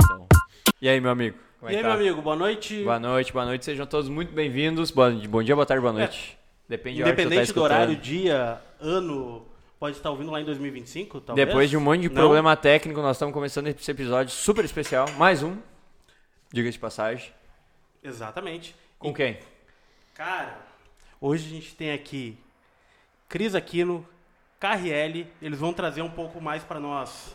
então. E aí, meu amigo? Como E é aí, que meu tá? amigo, boa noite. Boa noite, boa noite. Sejam todos muito bem-vindos. Boa- Bom dia, boa tarde, boa noite. Depende da hora que tu tá É, Independente do escutando. horário, dia, ano, pode estar ouvindo lá em 2025, talvez. Depois de um monte de Não? problema técnico, nós estamos começando esse episódio super especial. Mais um, diga de passagem. Exatamente. Com quem? Cara, hoje a gente tem aqui Cris Aquino, KRL, eles vão trazer um pouco mais para nós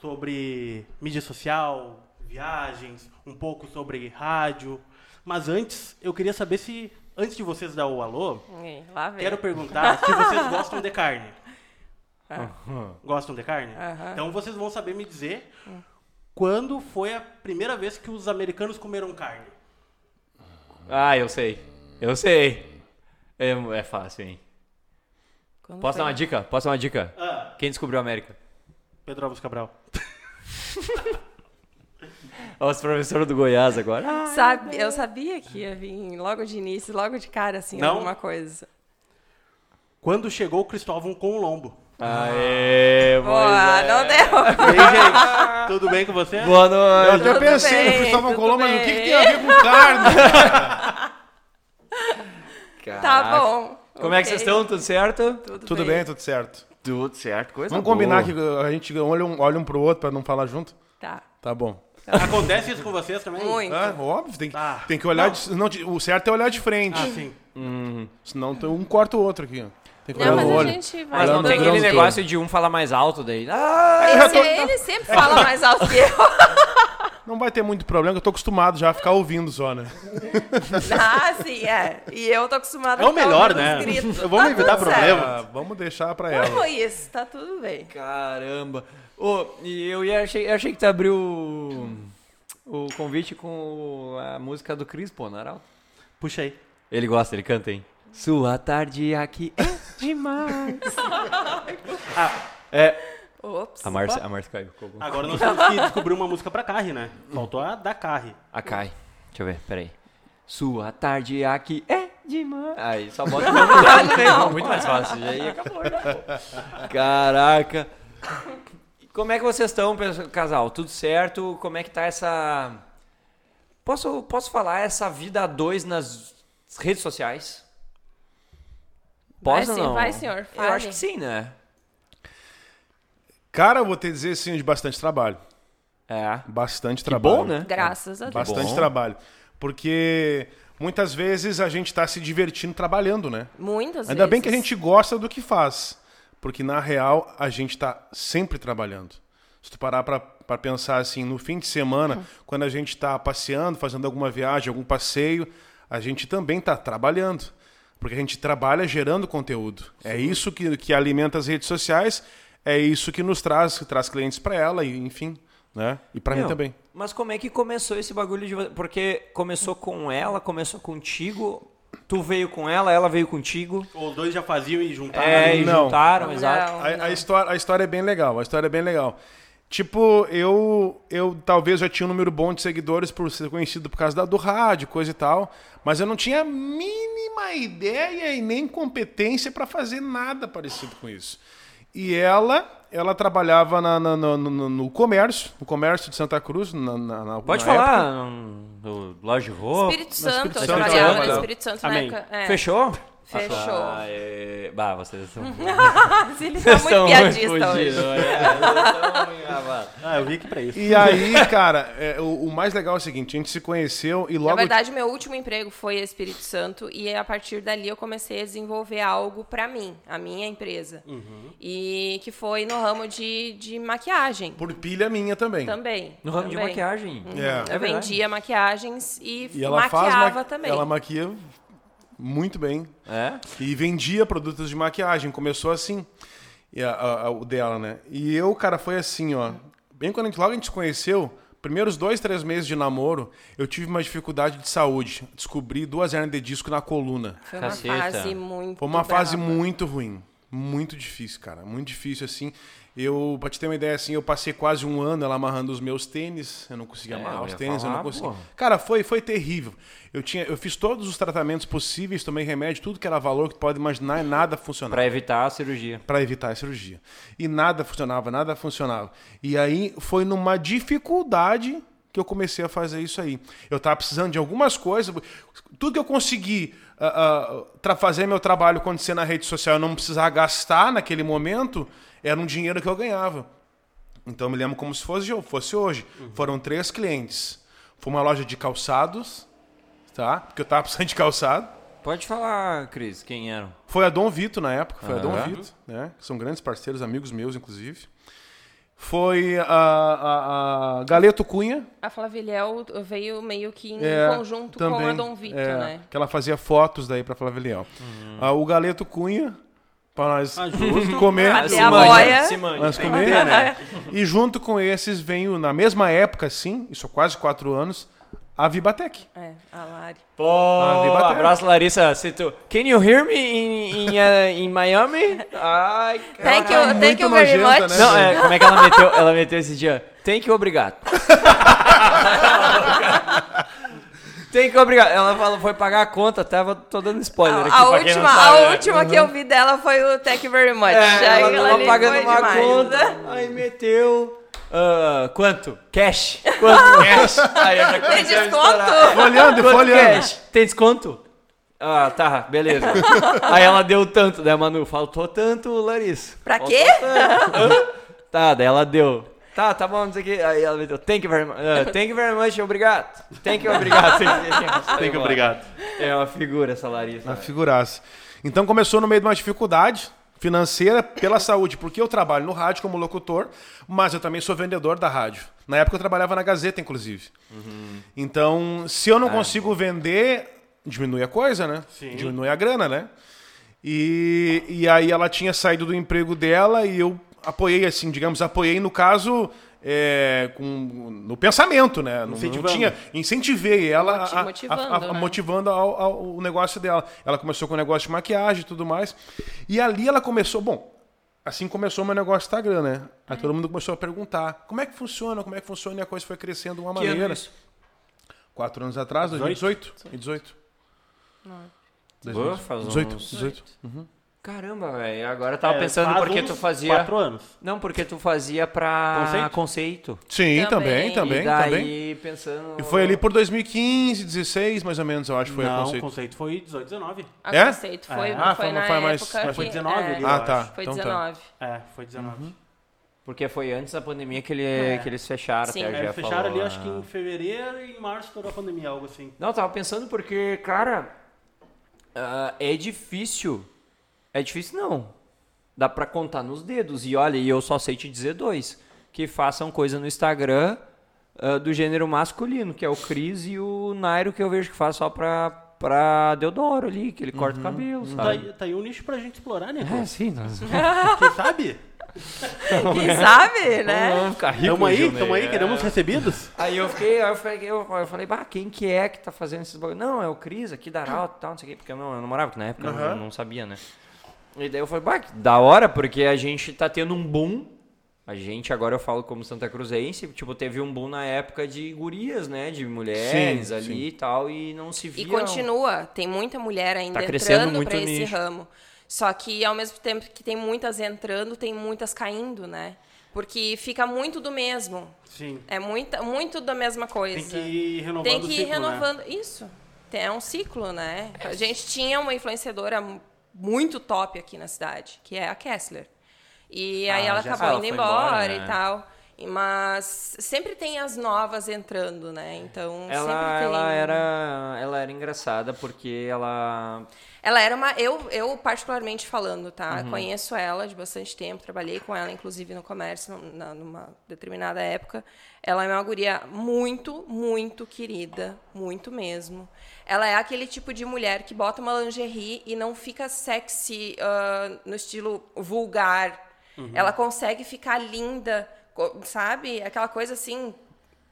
sobre mídia social, viagens, um pouco sobre rádio. Mas antes, eu queria saber se, antes de vocês dar o alô, Ih, É, Lá vem. quero perguntar se vocês gostam de carne. Ah. Gostam de carne? Aham. Hum. Então vocês vão saber me dizer quando foi a primeira vez que os americanos comeram carne. Ah, eu sei. Eu sei. É, é fácil, hein? Quando Posso foi? dar uma dica? Posso dar uma dica? Ah, Quem descobriu a América? Pedro Alves Cabral. Ó, Os professores do Goiás agora. Sabe, eu sabia que ia vir logo de início, logo de cara, assim, Não? alguma coisa. Quando chegou Cristóvão Colombo. Aê, Boa, Moisés. não deu. E aí, gente, tudo bem com vocês? Boa noite. Eu até Tudo pensei bem, no Cristóvão tudo Colombo, mas o que, bem. que tem a ver com carne? Tá bom. Como é que vocês ok. estão? Tudo certo? Tudo, tudo bem, tudo certo. Tudo certo, coisa Vamos combinar que a gente olha um, olha um pro outro pra não falar junto? Tá. Tá bom. Acontece isso com vocês também? Muito. Ah, óbvio, tem que, Tá. tem que olhar. de- não, de- o certo é olhar de frente. Ah, sim. Senão tem- um corta o outro aqui. ó. Tem que Não, olhar mas no a olho. gente vai. Mas não Olhando tem o aquele grão negócio de um falar mais alto daí. Ah, Esse- ele sempre fala mais alto que eu. Não vai ter muito problema, que eu tô acostumado já a ficar ouvindo só, né? Ah, sim, é. E eu tô acostumada É o ficar melhor, ouvindo né? os gritos. Vamos Tá evitar tudo problema. certo. Ah, vamos deixar pra Como ela. isso? Tá tudo bem. Caramba! Ô, e eu ia- achei, eu achei que tu abriu o, o convite com o- a música do Cris, pô, Naral. Puxa aí. Ele gosta, ele canta, hein? Sua tarde aqui é demais. Ops. a Márcia a Márcia caiu. ficou bom. Agora nós temos que descobrir uma música pra Carre, né? Faltou a da Carre. A Ah, cai. Deixa eu ver, peraí. Sua tarde aqui é demais. Aí só bota o nome dela no meio, ficou muito mais fácil. Já ia acabou, já, pô. Caraca. E Como é que vocês estão, pessoal- casal? Tudo certo? Como é que tá essa. Posso, posso falar essa vida a dois nas redes sociais? Vai, Posso ou sim, não? vai, senhor, Eu acho fale. que sim, né? Cara, eu vou te dizer sim, de bastante trabalho. É. Bastante Que trabalho. bom, né? Graças a Deus. Bastante Bom. trabalho. Porque muitas vezes a gente tá se divertindo trabalhando, né? Muitas Ainda vezes. bem que a gente gosta do que faz, porque na real a gente tá sempre trabalhando. Se tu parar pra, pra pensar assim, no fim de Uhum. semana, quando a gente tá passeando, fazendo alguma viagem, algum passeio, a gente também tá trabalhando. Porque a gente trabalha gerando conteúdo. É isso que, que alimenta as redes sociais, é isso que nos traz, que traz clientes pra ela, e enfim, né? E pra mim Meu, também. Mas como é que começou esse bagulho de vo- Porque começou com ela, começou contigo, tu veio com ela, ela veio contigo. Ou os dois já faziam e juntaram. É, e não. juntaram, Não. exato. A- A, história, a história é bem legal, a história é bem legal. Tipo, eu, eu talvez já tinha um número bom de seguidores por ser conhecido por causa da- do rádio, coisa e tal, mas eu não tinha a mínima ideia e nem competência pra fazer nada parecido com isso. E ela, ela trabalhava na- na- no, no- no comércio, no comércio de Santa Cruz, na, na, na- Pode na época. falar, hum, é do loja de roupa. Espírito Santo, eu Santo, trabalhava no trabalhava. Espírito Santo na Amém. época. É. Fechou? Fechou. Ah, é... Bah, vocês são Ele tá muito piadista hoje. hoje. Ah, eu vi que pra isso. E aí, cara, é, o, o mais legal é o seguinte, a gente se conheceu e Na logo... verdade, meu último emprego foi Espírito Santo e a partir dali eu comecei a desenvolver algo pra mim, a minha empresa. Uhum. E que foi no ramo de, de maquiagem Por pilha minha também. também. No ramo de também. Uhum. maquiagem. É. Eu vendia maquiagens e, E ela maquiava faz ma- também. Ela maquia muito bem. É? E vendia produtos de maquiagem. Começou assim. E a- a- a- o dela, né? E eu, cara, foi assim, ó. Bem quando a gente, logo a gente se conheceu, primeiros dois, três meses de namoro, eu tive uma dificuldade de saúde. Descobri duas hernias de disco na coluna. Foi uma Caceta. fase muito. Foi uma fase brava. muito ruim. Muito difícil, cara. Muito difícil, assim. Eu, pra te ter uma ideia, assim, eu passei quase um ano ela amarrando os meus tênis. Eu não conseguia É, amarrar eu os ia tênis, eu falar, não conseguia. porra. Cara, foi, foi terrível. Eu, tinha, eu fiz todos os tratamentos possíveis, tomei remédio, tudo que era valor que tu pode imaginar e nada funcionava. Pra evitar a cirurgia. Pra evitar a cirurgia. E nada funcionava, nada funcionava. E aí foi numa dificuldade que eu comecei a fazer isso aí. Eu estava precisando de algumas coisas. Tudo que eu consegui ah, ah, tra- fazer meu trabalho acontecer na rede social, eu não precisar gastar naquele momento, era um dinheiro que eu ganhava. Então eu me lembro como se fosse, eu- fosse hoje. Foram três clientes. Foi uma loja de calçados, tá? Porque eu estava precisando de calçado. Pode falar, Cris, quem eram? Foi a Dom Vito na época, foi a Dom Aham. Vito, né? Que são grandes parceiros, amigos meus, inclusive. Foi a, a- a Galeto Cunha. A Flavilhel veio meio que em é, conjunto com a também, Dom Vito, é, né? Que ela fazia fotos daí pra Flávia Leão. Ah, o Galeto Cunha, pra nós Uhum. Ah, justo. comer. Até Se a manja, boia. Se manja. Mas comer, né? E junto com esses veio, na mesma época, assim, isso há quase quatro anos, a Vibatec. É, a Lari. Pô, um vi bater. abraço, Larissa. Se tu... Can you hear me in, in, eh, in Miami? Ai, cara. Thank ela tá you, thank muito you very nojenta, much. né? Não, é, como é que ela meteu? Ela meteu esse dia. Tem que obrigado. Tem que obrigado. Ela falou, foi pagar a conta, tava tô dando spoiler aqui. A, a pra quem não última, sabe, a né? última que eu vi dela foi o Thank you very much. É, Aí ela tava ali pagando foi uma demais. conta. Aí meteu. ah, quanto? Cash. Quanto? Cash. Aí eu já Tem comecei a estourar. desconto? Folhando, Quanto folhando. cash? Tem desconto? Ah, tá, beleza. Aí ela deu tanto, né, Manu? Faltou tanto, Larissa. Pra Faltou quê? tanto. tá, daí ela deu. Tá, tá bom, não sei o que. Aí ela deu, thank you very much. Ah, thank you very much, obrigado. Thank you, obrigado. Tem que obrigado. É uma figura essa Larissa. Na figuraça. Então começou no meio de uma dificuldade financeira pela saúde, porque eu trabalho no rádio como locutor, mas eu também sou vendedor da rádio. Na época eu trabalhava na Gazeta, inclusive. Uhum. Então, se eu não consigo vender, diminui a coisa, né? É. Sim. Diminui a grana, né? E, e aí ela tinha saído do emprego dela e eu apoiei, assim, digamos, apoiei no caso. é, com, no pensamento, né? Não- Não, Incentivando. tinha. Incentivei ela Moti- a- a- motivando, a- a- né? motivando ao, ao- o negócio dela. Ela começou com o negócio de maquiagem e tudo mais. E ali ela começou. Bom, assim começou o meu negócio do Instagram, né? Aí todo mundo começou a perguntar como é que funciona, como é que funciona, e a coisa foi crescendo de uma Que ano maneira. é isso? Quatro anos atrás, 2018. 2018. Boa, faz uns- 18, 18. Caramba, velho. Agora eu tava É, pensando faz porque tu uns fazia. Quatro anos. Não, porque tu fazia pra conceito. Sim, Também. também, e também, daí, também. pensando. E foi ali por 2015, 16, mais ou menos, eu acho que foi não, a o conceito. conceito. foi 18, 19. A É? conceito foi, É. foi, Ah, foi- na foi época mais- que... foi 19 é, né? ali, eu Ah, acho. tá. Foi então tá. 19. É, foi 19. Porque foi antes da pandemia que, ele, que eles fecharam Sim. até É, já fecharam falou, ali, né? acho que em fevereiro e em março toda a pandemia, algo assim. Não, eu tava pensando porque, cara, ah, é difícil. É difícil não. Dá pra contar nos dedos. E olha, e eu só sei te dizer dois. Que façam coisa no Instagram ah, do gênero masculino, que é o Cris e o Nairo, que eu vejo que faz só pra, pra Deodoro ali, que ele corta o cabelo, Tá sabe? aí, tá aí um nicho pra gente explorar, né? É, sim, nós Quem sabe? Então tá. Quem sabe, né? vamos ficar né? ricos, Tamo aí, Gilney. tamo aí, queremos recebidos. Aí eu fiquei, aí eu falei, eu, eu falei, bah, quem que é que tá fazendo esses bagulho? Não, é o Cris aqui da Arauto e tal, não sei o quê, porque eu não, eu não morava, porque na época eu não- eu não sabia, né? E daí eu falei, bah, que da hora, porque a gente tá tendo um boom. A gente, agora eu falo como Santa Cruzense, tipo, teve um boom na época de gurias, né? De mulheres Sim, ali sim. e tal, e não se E via. continua, tem muita mulher ainda Tá crescendo entrando muito para o esse nicho. ramo. Só que ao mesmo tempo que tem muitas entrando, tem muitas caindo, né? Porque fica muito do mesmo. Sim. É muita, muito da mesma coisa. Tem que ir renovando Tem que o ir ciclo, né? renovando. Isso. Tem- É um ciclo, né? A gente tinha uma influenciadora mu- muito top aqui na cidade, que é a Kessler. E aí Ah, ela já- acabou ela indo foi embora, embora, e né? tal. E- Mas sempre tem as novas entrando, né? Então sempre Ela, tem. ela, era, ela era engraçada porque ela. Ela era uma. Eu, eu particularmente falando, tá? Conheço ela de bastante tempo, trabalhei com ela, inclusive, no comércio, num- na- numa determinada época. Ela é uma guria muito, muito querida, muito mesmo. Ela é aquele tipo de mulher que bota uma lingerie e não fica sexy ah, no estilo vulgar. Ela consegue ficar linda, co- sabe? Aquela coisa assim,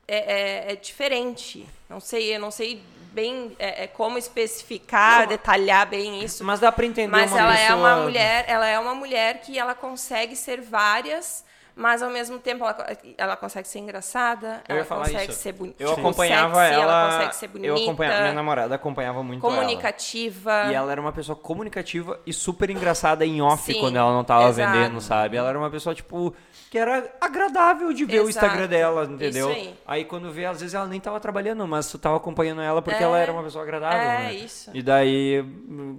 é, é- é diferente. Não sei, eu não sei bem é, é como especificar, detalhar bem isso. Mas dá pra entender Mas uma ela é uma pessoa- mulher, ela é uma mulher que ela consegue ser várias Mas ao mesmo tempo ela, ela consegue ser engraçada, Eu ia ela falar consegue isso. ser bonita. Eu acompanhava sexy, ela. consegue ser bonita. Eu acompanhava, minha namorada acompanhava muito ela. comunicativa. E ela era uma pessoa comunicativa e super engraçada em off Sim, quando ela não tava exato. vendendo, sabe? Ela era uma pessoa, tipo, que era agradável de ver o Exato. Instagram dela, entendeu? Isso aí. quando vê, às vezes ela nem tava trabalhando, mas tu tava acompanhando ela porque É, ela era uma pessoa agradável. é, né? isso. E daí,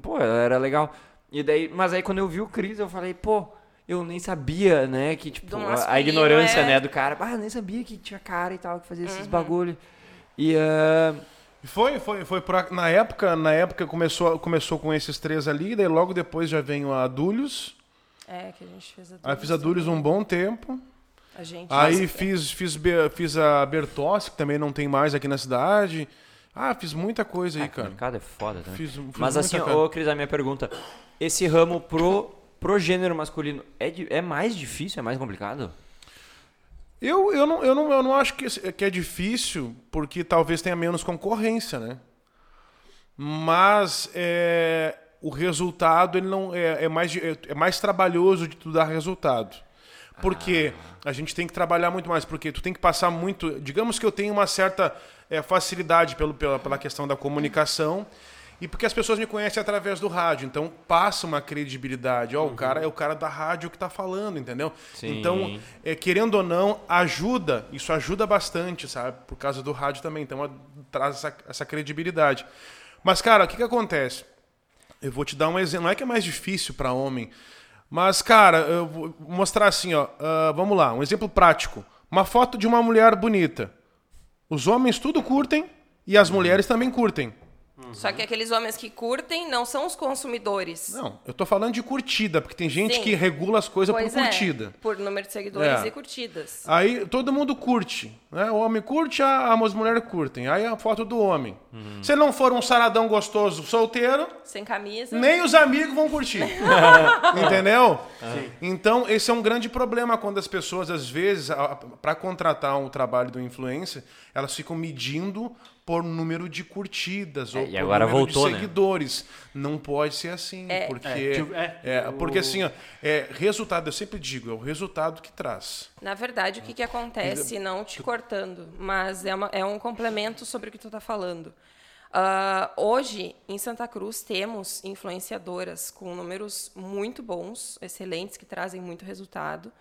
pô, ela era legal. E daí, mas aí quando eu vi o Cris, eu falei, pô, eu nem sabia, né, que tipo, Do a, a um masculino, ignorância, é. Uhum. né, do cara. Ah, eu nem sabia que tinha cara e tal, que fazia esses bagulho. E ah, Foi, foi, foi por a- na época, na época começou, começou com esses três ali, daí logo depois já vem o Adulhos. É, que a gente fez a Aí fiz Adulhos um bom tempo. A gente. Aí Nossa, fiz, fiz, Be- fiz a Bertossi, que também não tem mais aqui na cidade. Ah, fiz muita coisa aí, o cara. mercado é foda, né? Fiz, fiz Mas muita assim, coisa. ô Cris, a minha pergunta. Esse ramo pro, pro gênero masculino é, di- é mais difícil, é mais complicado? Eu, eu, não, eu, não, eu não acho que, esse- que é difícil, porque talvez tenha menos concorrência, né? Mas é, o resultado ele não é, é mais, de- é, é mais trabalhoso de tu dar resultado. Porque a gente tem que trabalhar muito mais, porque tu tem que passar muito. Digamos que eu tenho uma certa é, facilidade pelo, pela, pela questão da comunicação. E porque as pessoas me conhecem através do rádio, então passa uma credibilidade. Ó, o cara é o cara da rádio que tá falando, entendeu? Sim. Então, é, querendo ou não, ajuda, isso ajuda bastante, sabe? Por causa do rádio também, então a- traz essa, essa credibilidade. Mas, cara, o que, que acontece? Eu vou te dar um exemplo, não é que é mais difícil para homem, mas, cara, eu vou mostrar assim, ó, ah, vamos lá, um exemplo prático. Uma foto de uma mulher bonita. Os homens tudo curtem e as mulheres também curtem. Só que aqueles homens que curtem não são os consumidores. Não, eu tô falando de curtida, porque tem gente Sim. que regula as coisas Pois por é, curtida. por número de seguidores É. e curtidas. Aí todo mundo curte, né? O homem curte, a, as mulheres curtem. Aí a foto do homem. Uhum. Se não for um saradão gostoso solteiro, Sem camisa. nem os amigos vão curtir. Entendeu? Então, esse é um grande problema quando as pessoas, às vezes, para contratar um trabalho do influencer, elas ficam medindo por número de curtidas É, ou e por agora número voltou, de né? seguidores. Não pode ser assim, porque É, tipo, é, é, o- porque assim, ó, é resultado, eu sempre digo, é o resultado que traz. Na verdade, o que, que acontece, não te cortando, mas é, uma- é um complemento sobre o que tu está falando. Ah, hoje, em Santa Cruz, temos influenciadoras com números muito bons, excelentes, que trazem muito resultado.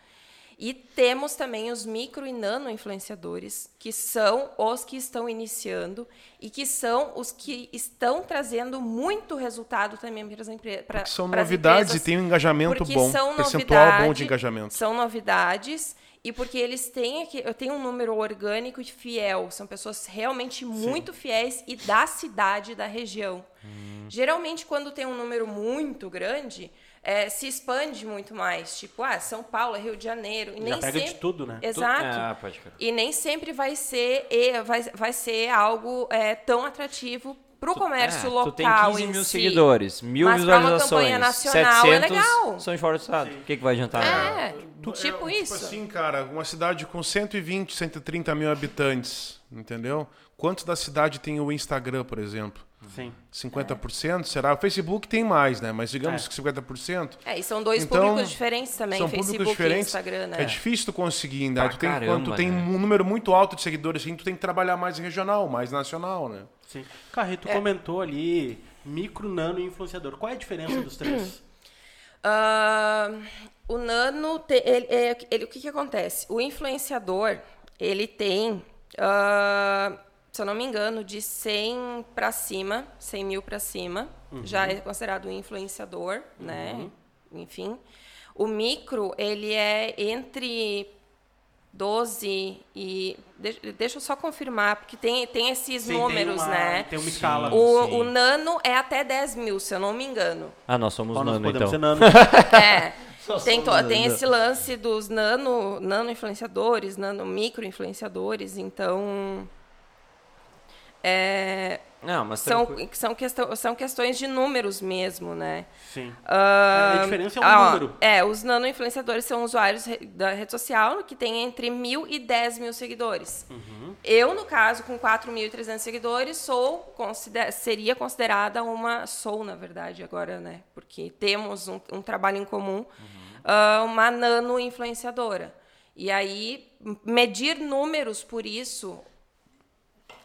E temos também os micro e nano influenciadores, que são os que estão iniciando e que são os que estão trazendo muito resultado também para as empre- pra- Porque são pras novidades empresas, e tem um engajamento porque bom, são percentual bom novidade, de engajamento. São novidades e porque eles têm aqui, eu tenho um número orgânico e fiel, são pessoas realmente muito fiéis e da cidade, da região. Hum. Geralmente quando tem um número muito grande, eh, se expande muito mais, tipo, ah, São Paulo, Rio de Janeiro, e Já nem pega sempre de tudo, né? Exato. Ah, pode crer. E nem sempre vai ser e vai, vai ser algo eh, tão atrativo para o comércio É, local Tu tem 15 em mil si. seguidores, mil Mas pra uma visualizações, campanha nacional é 700 legal. são de fora do estado. O que, que vai adiantar? né? É, Tu- é, tipo isso. Tipo assim, cara, uma cidade com 120, 130 mil habitantes, entendeu? Quantos da cidade tem o Instagram, por exemplo? Sim. 50%? Será? O Facebook tem mais, né? Mas digamos É. que 50%. É, e são dois Então, públicos diferentes também, São Facebook públicos diferentes. e Instagram, né? É difícil tu conseguir ainda. Pra Tu tem, caramba, quando tu tem né? um número muito alto de seguidores, assim, tu tem que trabalhar mais regional, mais nacional, né? Sim. Carre, É. tu comentou ali micro, nano e influenciador. Qual é a diferença dos três? Ah, o Nano, te- ele, é- ele- o que, que acontece? O influenciador, ele tem, ah, se eu não me engano, de 100 para cima, 100 mil para cima, Uhum. já é considerado um influenciador, né? Enfim. O micro, ele é entre 12 e... de- deixa eu só confirmar, porque tem, tem esses Sim, tem números, uma- né? Tem uma escala. O, o nano é até 10 mil, se eu não me engano. Ah, nós somos Ó, nós nano, então. podemos ser nano. É. Tem, to- somos tem nano. esse lance dos nano, nano influenciadores, nano micro influenciadores, então. É, Não, mas são, tranquilo. são, questão, são questões de números mesmo, né? Sim. Ah, A diferença é um ó, número. É, os nano influenciadores são usuários re- da rede social que tem entre mil e 10 mil seguidores. Uhum. Eu, no caso, com 4.300 seguidores, sou consider- seria considerada uma. Sou, na verdade, agora, né? Uhum. Porque temos um, um trabalho em comum, ah, uma nano influenciadora. E aí, m- medir números por isso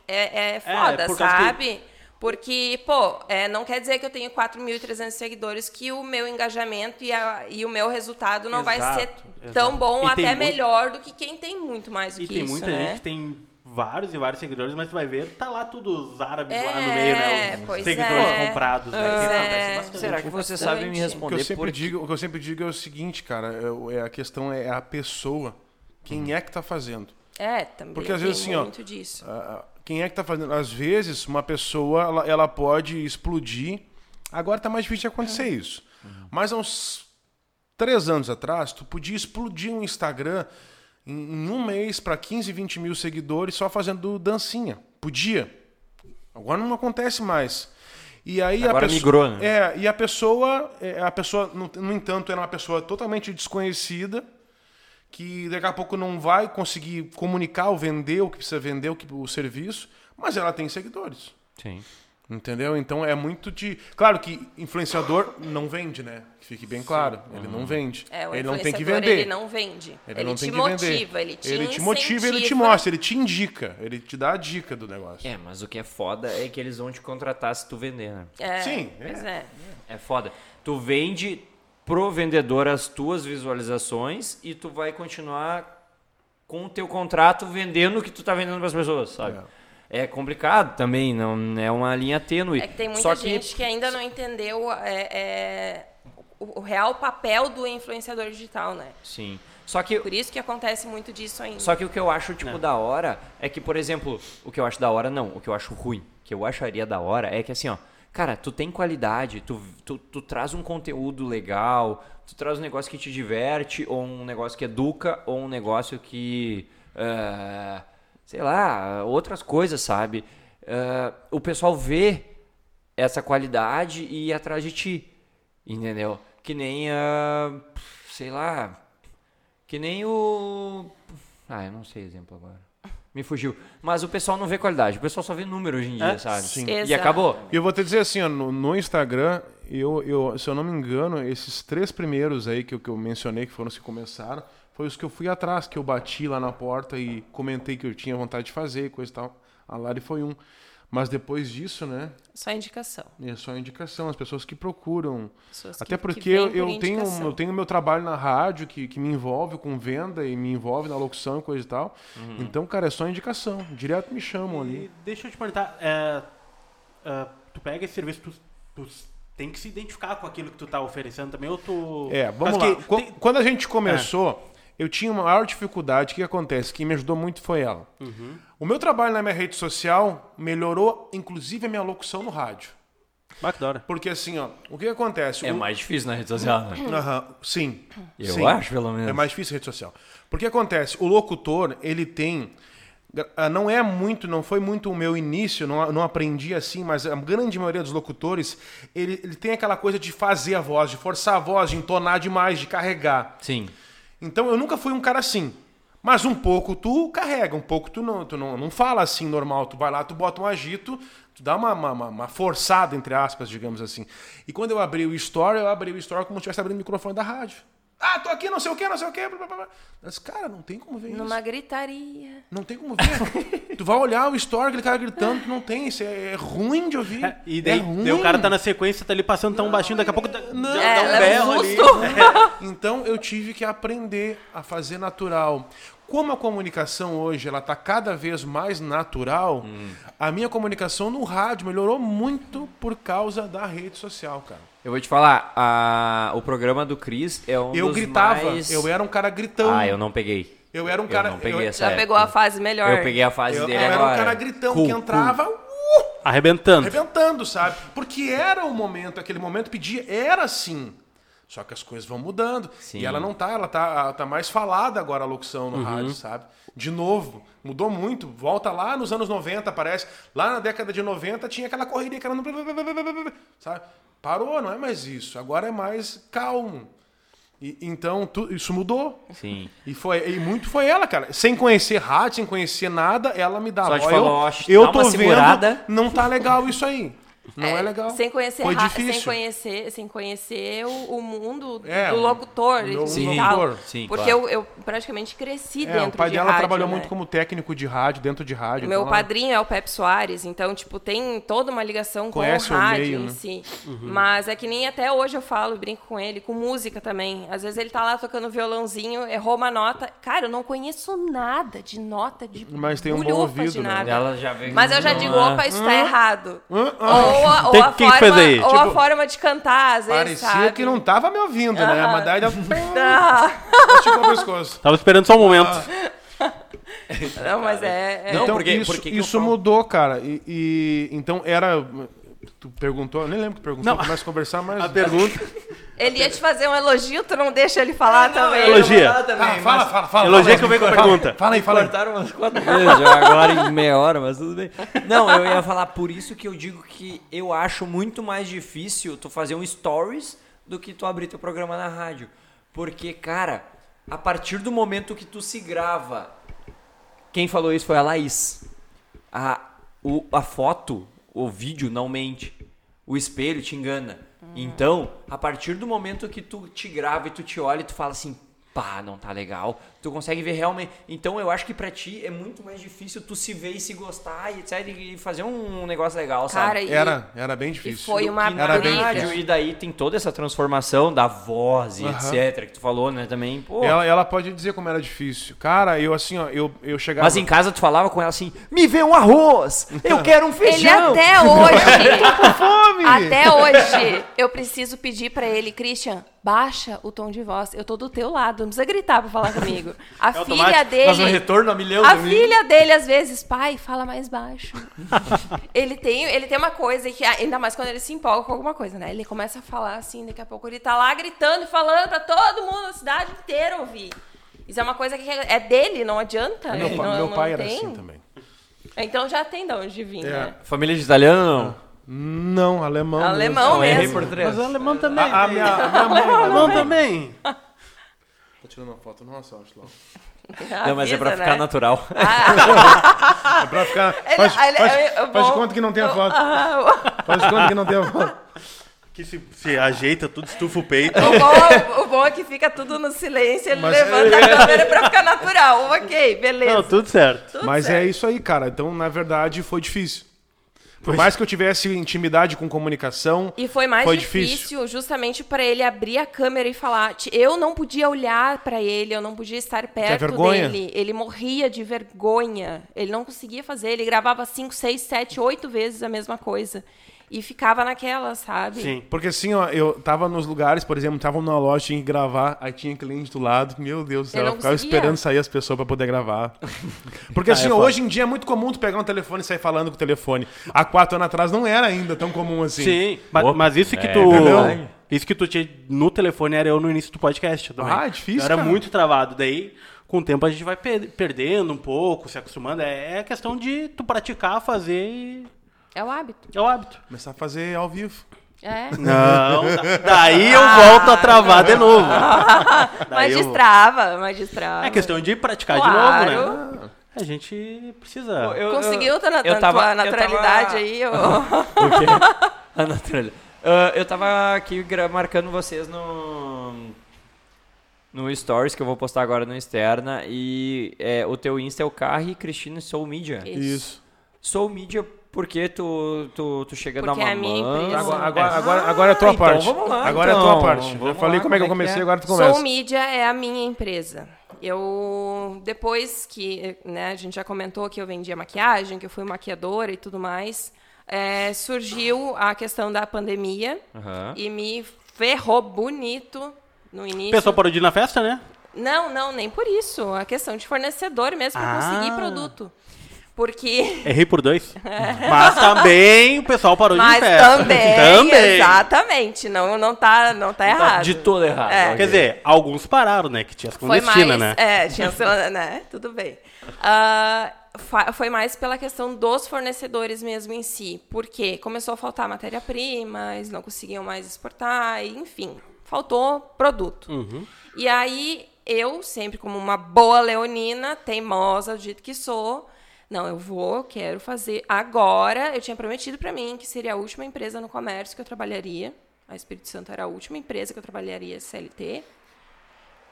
é, é foda, por causa que- sabe? Porque, pô, é, não quer dizer que eu tenho 4.300 seguidores que o meu engajamento e, a- e o meu resultado não vai Exato, ser exato. tão bom, E tem até muito- melhor do que quem tem muito mais do E que tem isso, muita né? gente que tem vários e vários seguidores, mas tu vai ver, tá lá tudo os árabes É, lá no meio, né? Os pois seguidores é. comprados. né? Pois Isso é. acontece bastante. Será que você sabe me Bastante. O que, eu responder sempre por digo, o que eu sempre digo é o seguinte, cara, é, é a questão é a pessoa. Quem Uhum. é que tá fazendo? É, também Porque às tem vezes, assim, ó, muito disso. Ah, Quem é que tá fazendo? Às vezes, uma pessoa, ela, ela pode explodir. Agora tá mais difícil de acontecer isso. Mas há uns três anos atrás, tu podia explodir um Instagram em, em um mês para 15, 20 mil seguidores só fazendo dancinha. Podia. Agora não acontece mais. E aí Agora a pessoa, migrou, né? É, e a pessoa, é, a pessoa, no, no entanto, era uma pessoa totalmente desconhecida, que daqui a pouco não vai conseguir comunicar ou vender o que precisa vender, o, que, o serviço, mas ela tem seguidores. Sim. Entendeu? Então é muito de. Claro que influenciador não vende, né? Fique bem claro. Ele não vende. É, o ele não tem que influenciador, vender. Ele não vende. Ele não te tem que vender. motiva, ele te Ele te motiva, ele te incentiva. mostra, ele te indica, ele te dá a dica do negócio. É, mas o que é foda é que eles vão te contratar se tu vender, né? É, Sim, é. Pois é. É foda. Tu vende pro vendedor as tuas visualizações e tu vai continuar com o teu contrato vendendo o que tu tá vendendo pras pessoas, sabe? É, complicado também, não é uma linha tênue. É que tem muita Só que gente que ainda não entendeu é, é, o, o real papel do influenciador digital, né? sim. Só que Por isso que acontece muito disso ainda. Só que o que eu acho, tipo, da hora é que, por exemplo, o que eu acho da hora, não, o que eu acho ruim, o que eu acharia da hora é que assim, ó, cara, tu tem qualidade, tu, tu, tu traz um conteúdo legal, tu traz um negócio que te diverte, ou um negócio que educa, ou um negócio que. ah, sei lá, outras coisas, sabe? Ah, o pessoal vê essa qualidade e ir atrás de ti. Entendeu? Que nem a. Sei lá. Que nem o. Ah, eu não sei exemplo agora. Me fugiu. Mas o pessoal não vê qualidade, o pessoal só vê número hoje em dia, sabe? É? Sim. E Exato. acabou. E eu vou te dizer assim, ó, no, no Instagram, eu, eu, se eu não me engano, esses três primeiros aí que eu, que eu mencionei, que foram os que começaram, foi os que eu fui atrás, que eu bati lá na porta e comentei que eu tinha vontade de fazer e coisa e tal. A Lari foi um. Mas depois disso, né? Só indicação. É só indicação, as pessoas que procuram. Pessoas que- Até que porque vêm eu, por eu tenho um, indicação. eu tenho meu trabalho na rádio que, que me envolve com venda e me envolve na locução e coisa e tal. Então, cara, é só indicação. Direto me chamam ali. E deixa eu te perguntar, é, é, tu pega esse serviço, tu, tu tem que se identificar com aquilo que tu tá oferecendo também, ou tu... É, Mas vamos lá. É. que Qu- tem- Quando a gente começou, eu tinha uma maior dificuldade. O que acontece? Quem me ajudou muito foi ela. O meu trabalho na minha rede social melhorou, inclusive, a minha locução no rádio. Bah, Ah, que da hora. Porque assim, ó, o que acontece? É O- mais difícil na rede social, né? Aham, sim. Eu sim. acho, pelo menos. É mais difícil a rede social. Porque acontece, o locutor, ele tem. gra- ah, Não é muito, não foi muito o meu início, não, a- não aprendi assim, mas a grande maioria dos locutores, ele, ele tem aquela coisa de fazer a voz, de forçar a voz, de entonar demais, de carregar. Sim. Então eu nunca fui um cara assim. Mas um pouco tu carrega, um pouco tu não, tu não, não fala assim normal. Tu vai lá, tu bota um agito, tu dá uma, uma, uma- uma forçada, entre aspas, digamos assim. E quando eu abri o Store, eu abri o Store como se estivesse abrindo o microfone da rádio. Ah, tô aqui, não sei o que, não sei o que. Blá, blá, blá. Mas, cara, não tem como ver isso. Numa gritaria. Não tem como ver. tu vai olhar o Store, aquele cara gritando, tu não tem. Isso é, é ruim de ouvir. É, e daí, é ruim. daí o cara tá na sequência, tá ali passando tão baixinho, daqui a pouco dá, não. dá É, um leva berro um ali. susto. Então eu tive que aprender a fazer natural. Como a comunicação hoje ela tá cada vez mais natural, Hum. a minha comunicação no rádio melhorou muito por causa da rede social, cara. Eu vou te falar, a- o programa do Cris é um eu dos gritava, mais... eu era um cara gritando. Ah, eu não peguei. Eu era um cara. eu não peguei eu- essa Já época. pegou a fase melhor. Eu peguei a fase eu- eu dele era agora. um cara gritão Cu, que cu. entrava uh, Arrebentando. arrebentando, sabe? Porque era o momento, aquele momento pedia, era assim. Só que as coisas vão mudando. Sim. Uhum. E ela não tá, ela tá, ela tá mais falada agora a locução no rádio, sabe? De novo, mudou muito. Volta lá nos anos 90, parece. Lá na década de 90 tinha aquela corrida que era no... sabe? Parou, não é mais isso. Agora é mais calmo. E, então, tu- isso mudou. Sim. E, foi, e muito foi ela, cara. Sem conhecer rádio, sem conhecer nada, ela me dava. Só te "Ó, falou, Ah, eu, ó, acho que eu dá tô uma vendo, segurada." não tá legal isso aí. Não é, legal. Sem conhecer, Foi ra- difícil. sem conhecer, sem conhecer o, o mundo É, do o- locutor o e Sim, locutor. tal. sim, porque claro. eu, eu praticamente cresci É, dentro o pai de dela rádio, trabalhou né? muito como técnico de rádio, dentro de rádio. Meu então ela- padrinho é o Pepe Soares, então, tipo, tem toda uma ligação Conhece com o o rádio meio, em né? si. Mas é que nem até hoje eu falo, e brinco com ele, com música também. Às vezes ele tá lá tocando violãozinho, errou uma nota. Cara, eu não conheço nada de nota de Mas tem um bom bulhufa ouvido, de né? nada. Ela já veio. Mas eu já digo, opa, isso tá errado. Hã? Hã? Ou a, ou Tem- a que forma, fez aí? Ou a Tipo, forma de cantar, às vezes, Parecia sabe? que não tava me ouvindo, né? Aham. Mas daí ela Não, chegou o pescoço. Tava esperando só um momento. não mas é... é- Não, então, porque- isso, porque que eu isso falo? mudou, cara. E, e- então era. Tu perguntou, eu nem lembro que perguntou, Não. mas conversar, mas. A pergunta. Ele ia te fazer um elogio, tu Ah, não deixa ele falar também. Elogia. Ah, fala, fala, fala. Elogia fala, que eu venho com a fala, pergunta. Fala aí, fala aí. Cortaram umas quatro vezes já agora em meia hora, mas tudo bem. Não, eu ia falar por isso que eu digo que eu acho muito mais difícil tu fazer um stories do que tu abrir teu programa na rádio. Porque, cara, a partir do momento que tu se grava, quem falou isso foi a Laís. A, o- a foto, o vídeo não mente. O espelho te engana. Uhum. Então, a partir do momento que tu te grava e tu te olha e tu fala assim, pá, não tá legal, tu consegue ver realmente. Então, eu acho que pra ti é muito mais difícil tu se ver e se gostar e etc. E fazer um negócio legal, Cara, sabe? e, Era, era bem difícil. foi uma E na Era bem briga. rádio, e daí tem toda essa transformação da voz e Aham. etc. Que tu falou, né, também. Pô, Ela, ela pode dizer como era difícil. Cara, eu assim, ó, eu, eu é chegava. Mas em casa tu falava com ela assim: me vê um arroz, eu quero um Ele feijão. até hoje... fome! Até hoje, eu preciso pedir pra ele, Christian, baixa o tom de voz. Eu tô do teu lado, não precisa gritar pra falar comigo. É A filha automático, um Mas o dele. retorno a milhão. A né? filha dele, às vezes, pai, fala mais baixo. ele, tem, ele tem uma coisa que, ainda mais quando ele se empolga com alguma coisa, né? Ele começa a falar assim, daqui a pouco ele tá lá gritando e falando pra todo mundo, a cidade inteira ouvir. Isso é uma coisa que é dele, não adianta. Meu, ele pa- não, meu não pai era tem. assim também. É. Então já tem de onde vir, né? Família de italiano não? Não, alemão. Alemão Não, é errei mesmo. por três. alemão também. A, a minha, a minha mãe. alemão também. Tô tirando uma foto, não assusta, Lão. Não, mas é pra Avisa, ficar né? Ah, natural. É pra ficar. Ele- Faz, ele- faz- eu- eu faz vou- de conta que não tem a foto. Ah, Faz de conta que não tem a foto. Que se, se ajeita tudo, estufa o peito. o, bom, o bom é que fica tudo no silêncio, ele Mas- levanta a câmera pra ficar natural. Ok, beleza. Não, tudo certo. Tudo Mas é certo. isso aí, cara. Então, na verdade, foi difícil. Por mais que eu tivesse intimidade com comunicação, E foi mais Foi difícil, difícil. justamente pra ele abrir a câmera e falar. Ti- Eu não podia olhar pra ele, eu não podia estar perto vergonha? dele. Ele morria de vergonha. Ele não conseguia fazer. Ele gravava 5, 6, 7, 8 vezes a mesma coisa. E ficava naquela, sabe? Sim. Porque assim, ó, eu tava nos lugares, por exemplo, tava numa loja, tinha que gravar, aí tinha cliente do lado, meu Deus do céu, Eu eu não ficava conseguia. esperando sair as pessoas pra poder gravar. Porque assim, ó, hoje em dia é muito comum tu pegar um telefone e sair falando com o telefone. Há quatro anos atrás não era ainda tão comum assim. Sim. É, Mas, mas isso que tu. verdade. Isso que tu tinha no telefone era eu no início do podcast. Também. Ah, é difícil, Eu era cara. muito travado. Daí, com o tempo, a gente vai per- perdendo um pouco, se acostumando. É, é questão de tu praticar, fazer e. É o hábito. É o hábito. Começar a fazer ao vivo. É. Não, da- daí eu volto a travar de novo. Ah. Daí mas eu- destrava, mas destrava. É questão de praticar de novo, né? Claro. A gente precisa. Eu- Conseguiu tá na, eu na tava- tua eu tava- naturalidade aí? ô? O quê? A naturalidade. Ah, eu tava aqui gra- marcando vocês no. No Stories, que eu vou postar agora no Externa. E é, o teu Insta é o Carre Cristina Soul Media. Isso. Soul Media, porque tu, tu, tu chega Porque a dar uma é a minha mão. empresa. Agora, Agora- agora, agora, é a tua Ah, então parte. vamos lá, agora é a tua então. parte. Já Vamos falei lá, como é que eu como é que comecei, é? agora tu começa. Soul Media é a minha empresa. Eu, depois que, né, a gente já comentou que eu vendia maquiagem, que eu fui maquiadora e tudo mais, é, surgiu a questão da pandemia Aham. e me ferrou bonito no O início. pessoal parou de ir na festa, né? Não, não, nem por isso. A questão de fornecedor mesmo para Ah. conseguir produto. Porque Errei É por dois. Mas também o pessoal parou de ir É. Mas na festa. também, Também. exatamente, não, não tá, não tá errado. Então, De todo errado. É. ok. Quer dizer, alguns pararam, né? Que tinha as foi mais, clandestinas, né? é, tinha, sei lá, né? Tudo bem. Ah, fa- foi mais pela questão dos fornecedores mesmo em si, porque começou a faltar matéria-prima, eles não conseguiam mais exportar, e, enfim, faltou produto. E aí eu, sempre como uma boa leonina, teimosa, do jeito que sou, Não, eu vou, eu quero fazer. Agora, eu tinha prometido para mim que seria a última empresa no comércio que eu trabalharia. A Espírito Santo era a última empresa que eu trabalharia CLT.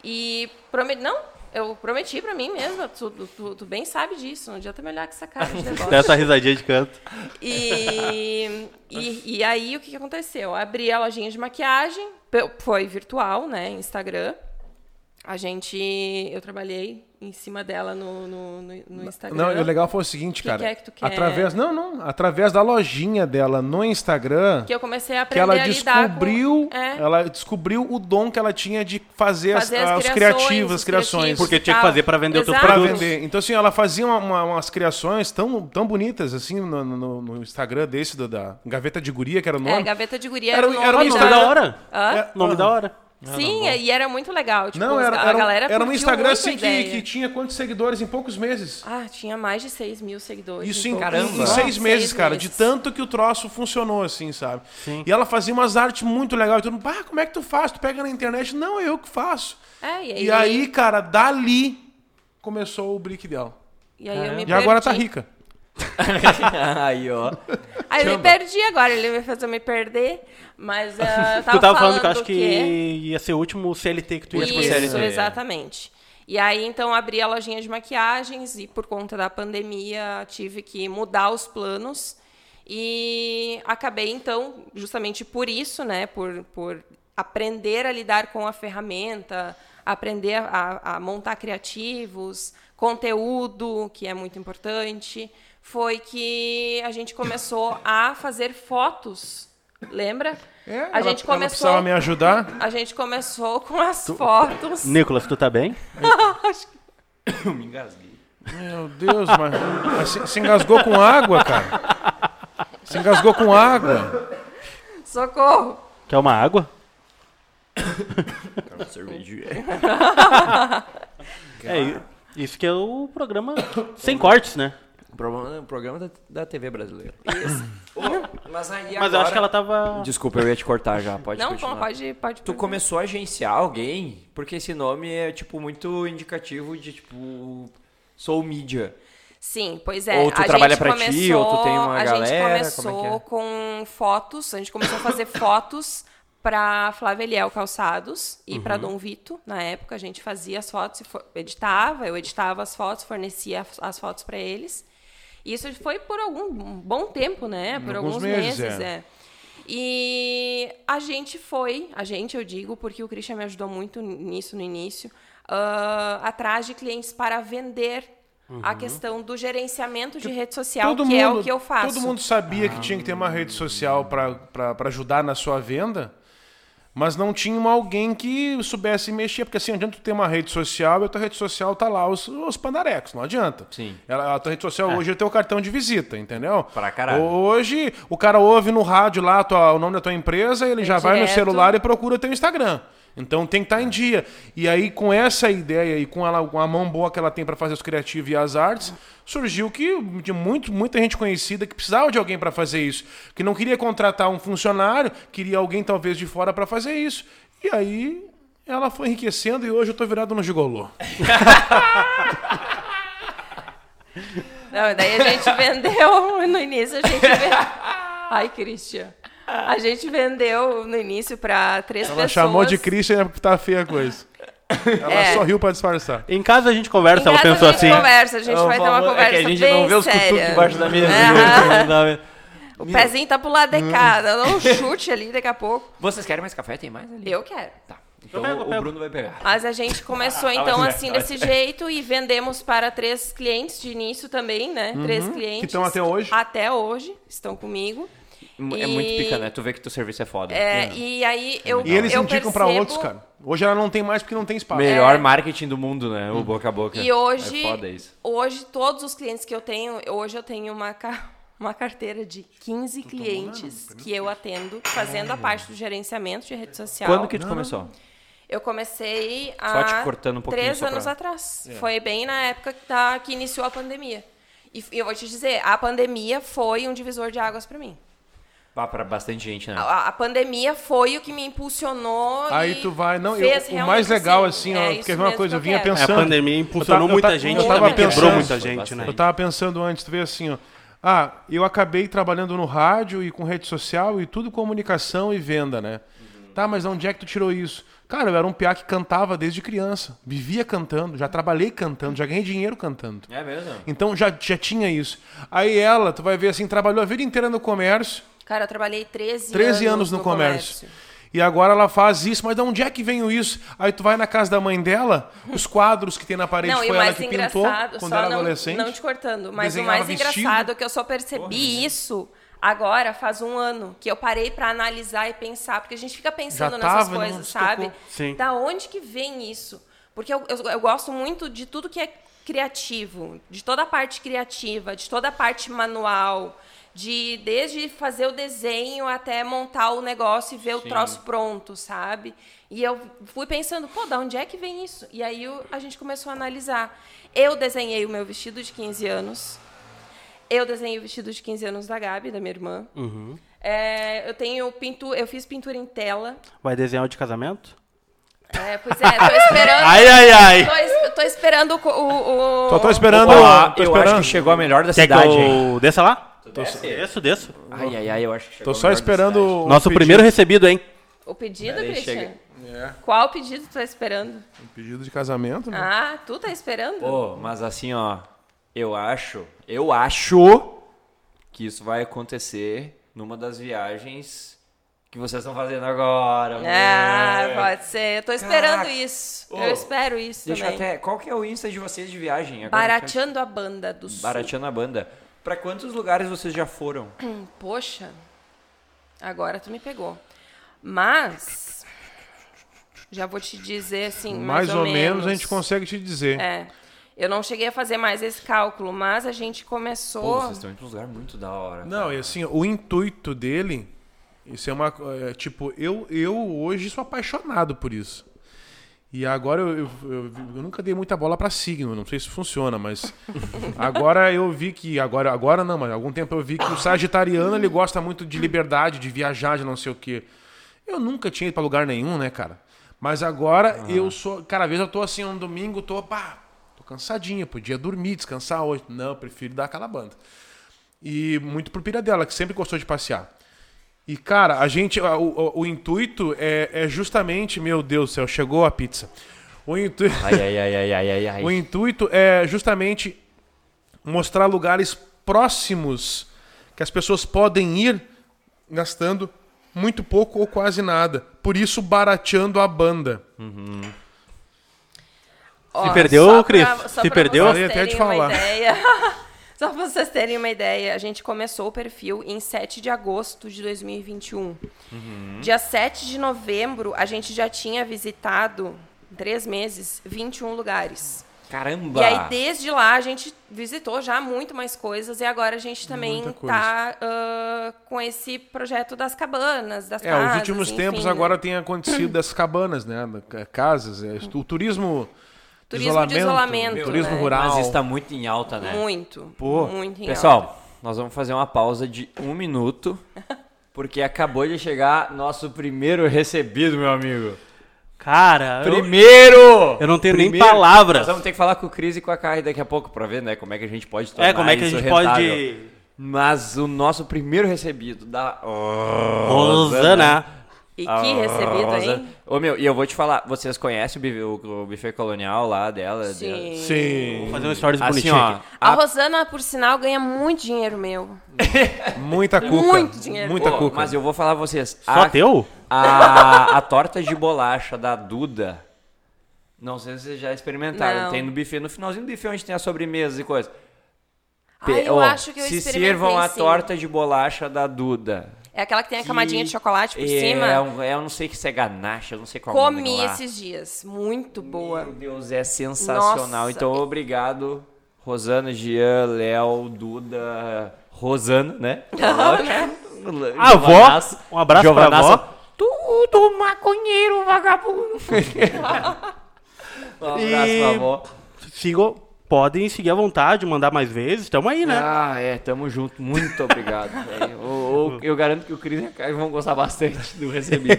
E prometi. Não, eu prometi pra mim mesma. Tu, tu- tu bem sabe disso. Não adianta me olhar com essa cara de negócio. Dá essa risadinha de canto. Tá. E, e, e aí, o que, que aconteceu? Eu Abri a lojinha de maquiagem, pe- foi virtual, né? Instagram. A gente. Eu trabalhei em cima dela no, no, no- no Instagram. Não, e o legal foi o seguinte, Que cara. que é que tu quer? Através, não, não, através da lojinha dela no Instagram, Que eu comecei a é que aprender ela a lidar descobriu, com... É, ela descobriu o dom que ela tinha de fazer, as- fazer as, as, criativas, as os criações. criativos Porque Porque e tinha que tal. fazer pra vender o teu Exato. pra produto. vender. Então, assim, ela fazia uma- uma- umas criações tão, tão bonitas, assim, no, no- no Instagram desse, do- da Gaveta de Guria, que era o nome. É, Gaveta de Guria Era era, um- o nome era um Ah, nome nome da... da hora. Hã? É, Nome da hora. Sim, e era muito legal. Tipo, Não, os- era, a era, um- galera era um curtiu Instagram muito a assim que, ideia. que tinha quantos seguidores em poucos meses? Ah, tinha mais de 6 mil seguidores. Isso em em, pouco. Caramba. em seis meses, cara, de meses. tanto que o troço funcionou, assim, sabe? Sim. E ela fazia umas artes muito legais. Todo mundo, ah, como é que tu faz? Tu pega na internet? Não, eu que faço. É, e aí, E aí, cara, dali começou o brick dela. e aí eu me E agora perdi. tá rica. Aí, ó. Aí eu me Chama. perdi agora, ele vai fazer eu me perder. Mas ah, eu tava, tu tava falando que eu acho do que quê? ia ser o último CLT que tu ia tipo Isso, CLT, é. exatamente. E aí, então, abri a lojinha de maquiagens e, por conta da pandemia, tive que mudar os planos. E acabei, então, justamente por isso, né? Por, por aprender a lidar com a ferramenta, aprender a, a montar criativos, conteúdo, que é muito importante, foi que a gente começou a fazer fotos. Lembra? É, a gente ela precisava começou. me ajudar. A gente começou com as fotos. Nicolas, tu tá bem? Eu me engasguei. Meu Deus, mas, mas se, se engasgou com água, cara. Se engasgou com água. Socorro! Quer uma água? É, e- isso que é o programa sem cortes, né? O problema, o programa da, da TV brasileira. Ô, Mas aí Mas eu acho que ela tava... Desculpa, eu ia te cortar já. Pode não, continuar. bom, pode, pode. Tu começou a agenciar alguém? Porque esse nome é, tipo, muito indicativo de, tipo... Sou mídia. Sim, pois é. Ou tu a trabalha gente pra ti, começou, ou tu tem uma A gente galera, começou como é que é? com fotos, a gente começou a fazer fotos pra Flaveliel Calçados e Uhum. pra Dom Vito. Na época, a gente fazia as fotos, e fo- editava, eu editava as fotos, fornecia as- as fotos pra eles. E Isso foi por algum um bom tempo, né? Por Alguns alguns, meses, meses, é. é. E a gente foi, a gente eu digo, porque o Christian me ajudou muito nisso no início, ah, atrás de clientes para vender a questão do gerenciamento de rede social, que é o que eu faço. Todo Uhum. mundo sabia que tinha que ter uma rede social pra- pra pra ajudar na sua venda, mas não tinha uma alguém que soubesse mexer, porque assim, não adianta tu ter uma rede social e a tua rede social tá lá os, os pandarecos, não adianta. Sim. Ela- a tua rede social hoje é teu cartão de visita, entendeu? Pra caralho. Hoje, o cara ouve no rádio lá a tua- o nome da tua empresa, ele já vai no direto. celular e procura teu Instagram. Então tem que estar em dia. E aí, com essa ideia e com, ela, com a mão boa que ela tem para fazer os criativos e as artes, surgiu que de muito, muita gente conhecida que precisava de alguém para fazer isso. Que não queria contratar um funcionário, queria alguém talvez de fora para fazer isso. E aí ela foi enriquecendo e hoje eu tô virado no gigolô. Não, daí a gente vendeu. No início a gente vendeu. Ai, Christian. A gente vendeu no início para três Ela pessoas. chamou de Christian porque tá feia a coisa. Ela É. sorriu para disfarçar. Em casa a gente Em conversa, ela casa pensou a gente assim. conversa, a gente vai ter uma Vamos- conversa É que a gente bem não vê os cutucos séria. debaixo da mesa. né? Hum. Aham. Não, O pezinho tá pro lado de cá, dá um chute ali daqui a pouco. Vocês querem mais café? Tem mais ali? Eu quero. Tá. Então pego, eu o pego. Bruno vai pegar. Mas a gente começou então assim né? desse jeito e vendemos para três clientes de início também, né? Uhum. Três clientes. estão até hoje? Até hoje, estão comigo. É E- muito pica, né? Tu vê que teu serviço é foda. É, E aí eu E eles eu indicam percebo... pra outros, cara. Hoje ela não tem mais porque não tem espaço. Melhor É. marketing do mundo, né? O boca a boca. E hoje, É foda isso. hoje todos os clientes que eu tenho, hoje eu tenho uma, ca- uma carteira de 15 clientes né? que eu atendo, fazendo a parte do gerenciamento de rede social. Quando que tu começou? Eu comecei há Só te cortando um pouquinho, três só pra- anos atrás. É. Foi bem na época que, tá- que iniciou a pandemia. E f- eu vou te dizer, a pandemia foi um divisor de águas para mim. Pá, pra bastante gente, né? A, a pandemia foi o que me impulsionou. É. Aí e tu vai, não, eu- fez o realmente, mais legal sim, assim, é ó, isso quer ver uma mesmo coisa, que eu vinha quero. É, A pensando. pandemia impulsionou eu ta- muita eu gente, tava também quebrou pensando- muita gente, né? Eu tava pensando antes, tu veio assim, ó. Ah, eu acabei trabalhando no rádio e com rede social e tudo comunicação e venda, né? Tá, mas onde é que tu tirou isso? Cara, eu era um piá que cantava desde criança. Vivia cantando, já trabalhei cantando, já ganhei dinheiro cantando. É mesmo? Então já, já tinha isso. Aí ela, tu vai ver assim, trabalhou a vida inteira no comércio, Cara, eu trabalhei 13, 13 anos no comércio. E agora ela faz isso, mas de onde é que veio isso? Aí tu vai na casa da mãe dela, os quadros que tem na parede Não, e o foi ela mais que pintou engraçado, quando só era não, adolescente. não te cortando, mas o desenhava mais vestido. né? engraçado é que eu só percebi isso agora faz um ano que eu parei pra analisar e pensar, porque a gente fica pensando Já nessas tava, né? não coisas, se sabe? tocou. Sim. Da onde que vem isso? Porque eu, eu, eu gosto muito de tudo que é criativo, de toda a parte criativa, de toda a parte manual, de desde fazer o desenho até montar o negócio e ver o troço pronto, sabe? E eu fui pensando, pô, da onde é que vem isso? E aí o- a gente começou a analisar. Eu desenhei o meu vestido de 15 anos. Eu desenhei o vestido de 15 anos da Gabi, da minha irmã. É, eu tenho pintura, eu fiz pintura em tela. Vai desenhar o de casamento? É, pois é, tô esperando. Ai, ai, ai. Tô, es- tô esperando o. co- o, o- Só tô esperando. Opa, tô eu esperando. acho que chegou a melhor da Quer que cidade, hein? eu desça lá? desce? Desço, desço. Ai, ai, ai, eu acho que chegou Tô a só melhor da esperando. cidade. o Nosso pedido. primeiro recebido, hein? o pedido, Peraí, Cristian? Qual pedido tu tá esperando? Um Pedido de casamento, né? Ah, tu tá esperando? Pô, mas assim, ó, eu acho, eu acho que isso vai acontecer numa das viagens que vocês estão fazendo agora. né? Ah, é. moleque. pode ser. Eu tô esperando Caraca. isso. Ô, eu espero isso Deixa eu também. até. Qual que é o Insta de vocês de viagem? Agora Barateando a banda do eu sul. quero- Barateando a banda. Pra quantos lugares vocês já foram? Hum, Poxa, agora tu me pegou. Mas, já vou te dizer assim, mais, Mais ou menos a gente consegue te dizer. É. Eu não cheguei a fazer mais esse cálculo, mas a gente começou. Pô, vocês estão indo pra um lugar muito da hora. Não, e assim, o intuito dele, isso é uma. co- é, tipo, eu, eu hoje sou apaixonado por isso. E agora eu, eu, eu- eu nunca dei muita bola pra signo, não sei se funciona, mas agora eu vi que. Agora, agora não, mas há algum tempo eu vi que o Sagitariano ele gosta muito de liberdade, de viajar, de não sei o quê. Eu nunca tinha ido pra lugar nenhum, né, cara? Mas agora eu sou. Cada vez eu tô assim, um domingo, tô. Pá, tô cansadinho, podia dormir, descansar hoje. Não, eu prefiro dar aquela banda e muito pro Pira dela, que sempre gostou de passear. E, cara, a gente. a- O, o- o intuito é, é justamente. Meu Deus do céu, chegou a pizza. O, intu- Ai, ai, ai, ai, ai, ai, ai. o intuito é justamente mostrar lugares próximos que as pessoas podem ir gastando muito pouco ou quase nada. Por isso, barateando a banda. Ó, Se perdeu, só pra- Cris? só Se pra perdeu? Eu vocês ia até te terem uma falar. ideia. Só pra vocês terem uma ideia, a gente começou o perfil em 7 de agosto de 2021. Dia 7 de novembro, a gente já tinha visitado, em três meses, 21 lugares. Caramba! E aí, desde lá, a gente visitou já muito mais coisas e agora a gente também Muita coisa. tá ah, com esse projeto das cabanas, das É, casas, os últimos tempos enfim. né? agora tem acontecido das cabanas, né? da- Casas, é, o turismo. de Turismo de isolamento, turismo né? rural. Mas está muito em alta, né? Muito. Pô, muito em pessoal, alta. nós vamos fazer uma pausa de um minuto, porque acabou de chegar nosso primeiro recebido, meu amigo. Cara, eu- Primeiro! eu não tenho nem palavras. Nós vamos ter que falar com o Cris e com a Carrie daqui a pouco pra ver, né, como é que a gente pode tornar é, como é que a isso gente rentável. pode... Mas o nosso primeiro recebido da Rosana. E que recebido, hein? Ô meu, e eu vou te falar, vocês conhecem o buffet, o- o buffet colonial lá dela? Sim. Sim. Vou fazer um stories Assim, bonitinho ó, aqui. A a Rosana, por sinal, ganha muito dinheiro meu. Muita cuca. Muito dinheiro. Muita Pô, cuca. Mas eu vou falar pra vocês. Só a, teu? A, a torta de bolacha da Duda. Não sei se vocês já experimentaram. Não. Tem no buffet, no finalzinho do buffet, onde tem a sobremesa e coisa. Ai, eu Ó, acho que eu Se experimentei, sirvam a sim. torta de bolacha da Duda. É aquela que tem a Que camadinha de chocolate por é, É, cima. um- é, eu não sei que se é ganache, eu não sei qual é o nome Comi lá. esses dias. Muito boa. Meu Deus, é sensacional. Nossa. Então, obrigado, Rosana, Jean, Léo, Duda, Rosana, né? A avó, Giovanassa- um abraço pra Giovanassa. avó. Tudo maconheiro, vagabundo. um abraço E- pra avó. Sigam podem seguir à vontade, mandar mais vezes. Estamos aí, né? Ah, é, tamo junto. Muito obrigado. velho. Ô, ô, eu garanto que o Cris e a Caio vão gostar bastante do recebido.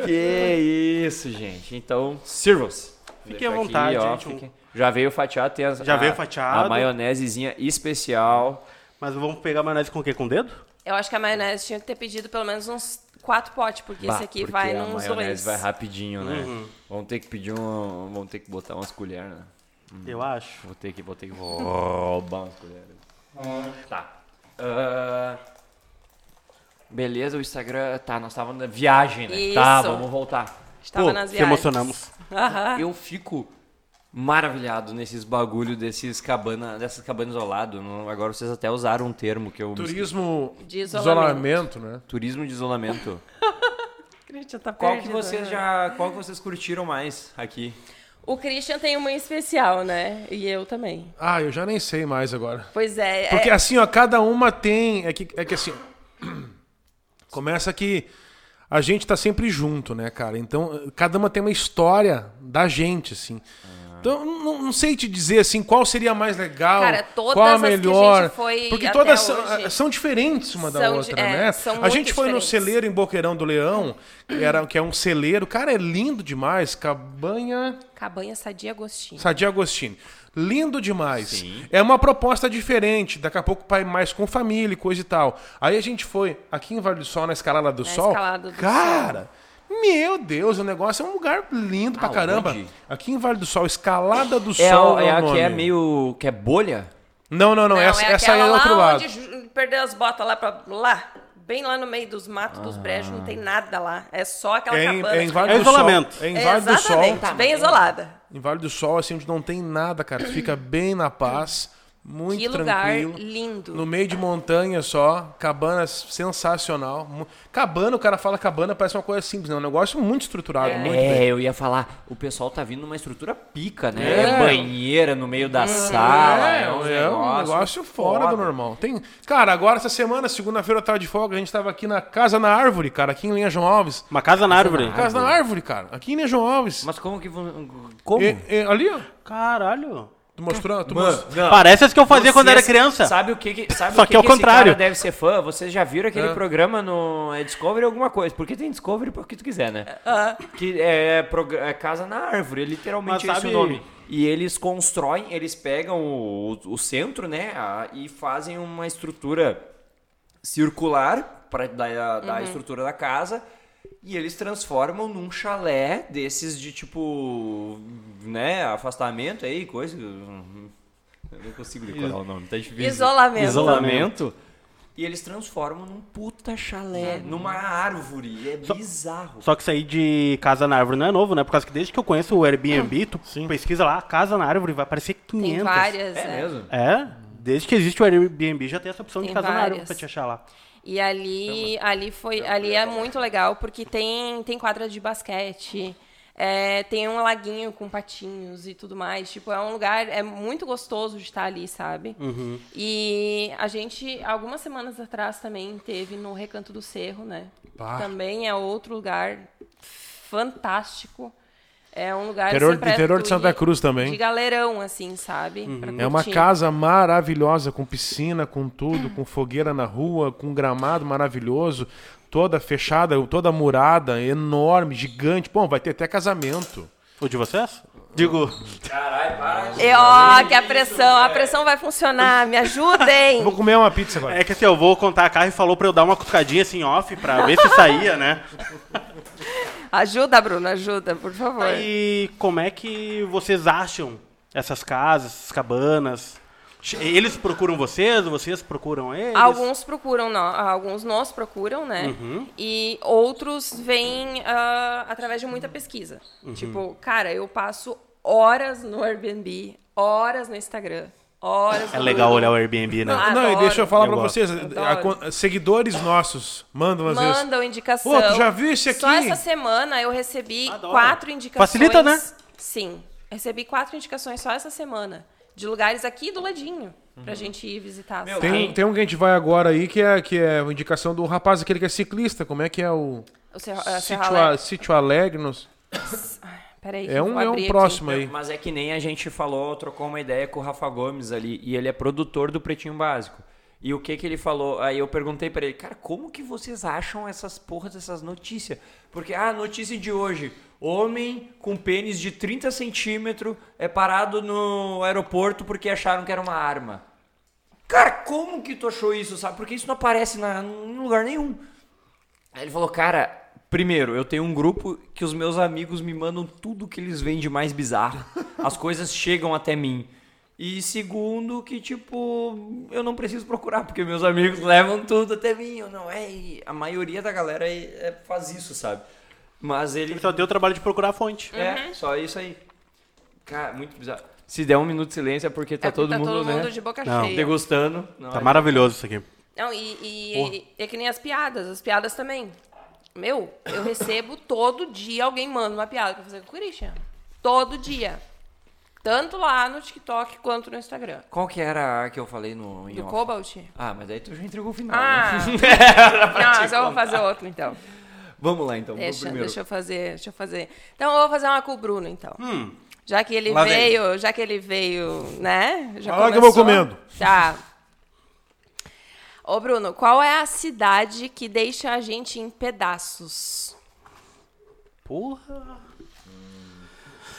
que isso, gente. Então, sirvos. Fiquem à vontade, gente. um Já veio fatiado, tem as, Já a, veio fatiado. a maionesezinha especial. Mas vamos pegar maionese com o quê? Com o dedo? Eu acho que a maionese tinha que ter pedido pelo menos uns quatro potes, porque Bah, esse aqui porque vai a nos maionese dois. vai rapidinho, né? Uhum. Vão ter que pedir um, vão ter que botar umas colheres, né? Eu acho. Vou ter que, vou ter que roubar umas colheres. Tá. Ah, beleza, o Instagram. Tá, nós estávamos na viagem, né? Isso. Tá, vamos voltar. Estava Pô, nas se viagens. emocionamos. Aham. Eu fico maravilhado nesses bagulho desses cabana, dessas cabanas isolado. Não- Agora vocês até usaram um termo que eu Turismo De de isolamento. isolamento, né? turismo de isolamento. Christian tá Qual que perdido, vocês né? já, qual que vocês curtiram mais aqui? O Christian tem uma em especial, né? E eu também. Ah, eu já nem sei mais agora. Pois é. é- Porque assim, ó, cada uma tem. É que, é que assim. Começa que a gente tá sempre junto, né, cara? Então, cada uma tem uma história da gente, assim. Ah. Então, eu não, não sei te dizer, assim, qual seria a mais legal. Cara, todas qual a as que a melhor. gente foi Porque até todas são, eh, hoje- são diferentes uma da São outra, di- é, né? são a muito gente foi no diferentes. celeiro em Boqueirão do Leão, que, era, que é um celeiro. Cara, é lindo demais. Cabanha. Cabanha Sadia Agostinho. Sadia Agostini. Lindo demais. Sim. É uma proposta diferente. Daqui a pouco vai mais com família e coisa e tal. Aí a gente foi aqui em Vale do Sol, na Escalada do Na Sol. Escalada do Cara, meu Deus, o negócio é um lugar lindo pra Aonde? caramba. Aqui em Vale do Sol, Escalada do Ah, É, Sol. a, é o a que nome. é meio. que é bolha? Não, não, não. essa é essa aí é aquela o outro lá lado. Onde ju- perdeu as botas lá pra lá. Bem lá no meio dos matos, dos brejos, não tem nada lá. É só aquela É em, cabana. é em Vale É do Sol. isolamento. É em É, Vale do Sol. né? exatamente, bem isolada. Em Vale do Sol, assim, onde não tem nada, cara. Fica bem na paz. Muito Que lugar tranquilo. lindo. No meio de montanha só, cabana sensacional. Mu- Cabana, o cara fala cabana, parece uma coisa simples, né? É um negócio muito estruturado, muito bem. É, eu ia falar, o pessoal tá vindo numa estrutura pica, né? É. É banheira no meio da sala. É, uns é um negócios negócio fora foda. do normal. Tem, cara, agora essa semana, segunda-feira, eu tava de folga, a gente tava aqui na Casa na Árvore, cara, aqui em Linha João Alves. Uma casa na árvore. Casa na Árvore, cara, aqui em Linha João Alves. Mas como que. vão- Como? E- e- ali, ó, Caralho. tu mostrou? Tu Mano, mostrou- não. Parece as que eu fazia Vocês quando era criança. Sabe o que, que- sabe Só o que, que é o que esse contrário. cara deve ser fã? Vocês já viram aquele É. programa no é Discovery alguma coisa? Porque tem Discovery pra o que tu quiser, né? Que é, prog- é Casa na Árvore, é literalmente Mas esse sabe- o nome. E eles constroem, eles pegam o, o- o centro, né? a- e fazem uma estrutura circular pra, da, da estrutura da casa. E eles transformam num chalé desses de tipo, né, afastamento aí, coisa. Eu não consigo decorar o nome, tá difícil. Isolamento. Isolamento. E eles transformam num puta É. chalé, numa árvore. É bizarro. Só que sair de casa na árvore não é novo, né? Por causa que desde que eu conheço o Airbnb, tu pesquisa lá, casa na árvore, vai aparecer 500. Tem várias. É mesmo? É, desde que existe o Airbnb já tem essa opção de Tem casa na árvore várias. pra te achar lá. E ali, ali foi, ali é muito legal porque tem tem quadra de basquete, é, tem um laguinho com patinhos e tudo mais. Tipo, é um lugar é muito gostoso de estar ali, sabe? Uhum. E a gente algumas semanas atrás também teve no Recanto do Cerro, né? Bah. Também é outro lugar fantástico. É um lugar Interior- assim, pra interior de tu Santa ir Cruz também. De galerão assim, sabe? Pra É uma curtir. casa maravilhosa, com piscina, com tudo, com fogueira na rua, com gramado maravilhoso, toda fechada, toda murada, enorme, gigante. Bom, vai ter até casamento. O de vocês? Digo, Caralho, para. E É, ó, que a pressão, a pressão vai funcionar. Me ajudem. Vou comer uma pizza agora. é que assim, eu vou contar a Carrie falou pra eu dar uma cutucadinha assim off pra ver se saía, né? Ajuda, Bruno, ajuda, por favor. E como é que vocês acham essas casas, essas cabanas? Che- Eles procuram vocês, vocês procuram eles? Alguns procuram, nó- alguns nós procuram, né? Uhum. E outros vêm ah, através de muita pesquisa. Uhum. Tipo, cara, eu passo horas no Airbnb, horas no Instagram, horas É no legal Google. olhar o Airbnb, né? Ah, Não, e adoro. deixa eu falar Eu pra gosto. vocês, a- Adoro. a- seguidores nossos mandam às vezes. Mandam indicação. Pô, tu já viu esse aqui? Só essa semana eu recebi Adoro. quatro indicações. Facilita, né? Sim. Recebi quatro indicações só essa semana. De lugares aqui do ladinho. Pra gente ir visitar. Meu, sabe? Uhum. Tem, tem um que a gente vai agora aí que é, que é a indicação do rapaz, aquele que é ciclista. Como é que é o. O Serra, a Serra Sítio, Alegre. A- Sítio Alegre. nos- Peraí, É um, vou é abrir um aqui. então. próximo aí. Mas é que nem a gente falou, trocou uma ideia com o Rafa Gomes ali, e ele é produtor do Pretinho Básico. E o que que ele falou? Aí eu perguntei pra ele, cara, como que vocês acham essas porras dessas notícias? Porque, ah, notícia de hoje, homem com pênis de 30 centímetros é parado no aeroporto porque acharam que era uma arma. Cara, como que tu achou isso, sabe? Porque isso não aparece na, em lugar nenhum. Aí ele falou, cara, primeiro, eu tenho um grupo que os meus amigos me mandam tudo que eles veem de mais bizarro. As coisas chegam até mim. E segundo, que tipo, eu não preciso procurar, porque meus amigos levam tudo até mim. Eu não, é, e a maioria da galera é- é- faz isso, sabe? Mas ele. Ele só deu o trabalho de procurar a fonte. Uhum. É, só isso aí. Cara, muito bizarro. Se der um minuto de silêncio é porque tá É, todo tá mundo, todo né? mundo de boca Não. cheia. Degustando. Não, Tá é- maravilhoso isso aqui. Não, e, e- é que nem as piadas, as piadas também. Meu, eu recebo todo dia alguém manda uma piada pra fazer com o Christian. Todo dia. Tanto lá no TikTok quanto no Instagram. Qual que era a que eu falei no. em Do off? Cobalt? Ah, mas aí tu já entregou o final. Ah! né? É, Não, só vou fazer outro então. Vamos lá então, vamos Deixa, primeiro. deixa eu fazer, deixa eu fazer. Então eu vou fazer uma com o Bruno então. Já que ele Hum. Lá vem. veio, já que ele veio, né? Já Fala que eu vou começou. comendo. Tá. Ô Bruno, qual é a cidade que deixa a gente em pedaços? Porra.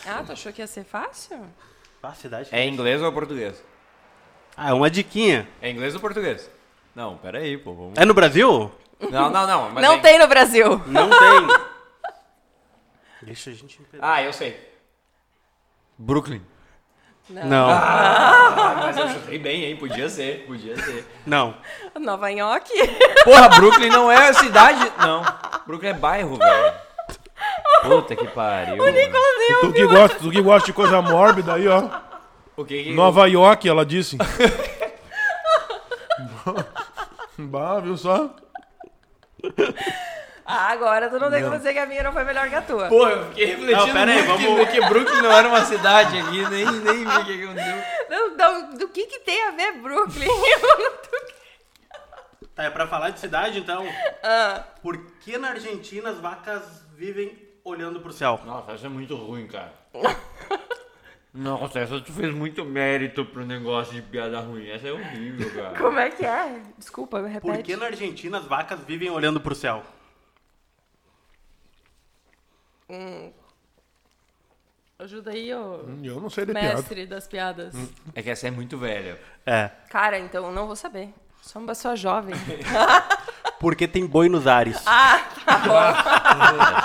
Ah, tu achou que ia ser fácil? Facilidade. É inglês ou português? Ah, é uma diquinha. É inglês ou português? Não, peraí, pô. Vamos... É no Brasil? Não, não, não. mas não é- tem no Brasil. Não tem. Deixa a gente... Ah, eu sei. Brooklyn. Não. Ah, mas eu chutei bem, hein? Podia ser, podia ser. Não. Nova York. Porra, Brooklyn não é a cidade. Não. Brooklyn é bairro, velho. Puta que pariu. mano. Tu que, gosta, tu que gosta de coisa mórbida aí, ó. O que que. Nova York, ela disse. bah, viu só? Ah, agora tu não tem como dizer que a minha não foi melhor que a tua. Porra, eu fiquei refletindo Não, pera aí, muito que- vamos- que Brooklyn não era uma cidade aqui, nem, nem vi o que aconteceu. Não, não, do que que tem a ver Brooklyn? Eu não tô- Tá, é pra falar de cidade, então. Ah. Por que na Argentina as vacas vivem olhando pro céu? Nossa, essa é muito ruim, cara. Nossa, essa tu fez muito mérito pro negócio de piada ruim. Essa é horrível, cara. Como é que é? Desculpa, me repete. Por que na Argentina as vacas vivem olhando pro céu? Ajuda aí, ô Eu não sei de piada. Hum. mestre das piadas. É que essa é muito velha. É. Cara, então eu não vou saber. Sou uma pessoa jovem. Porque tem boi nos ares.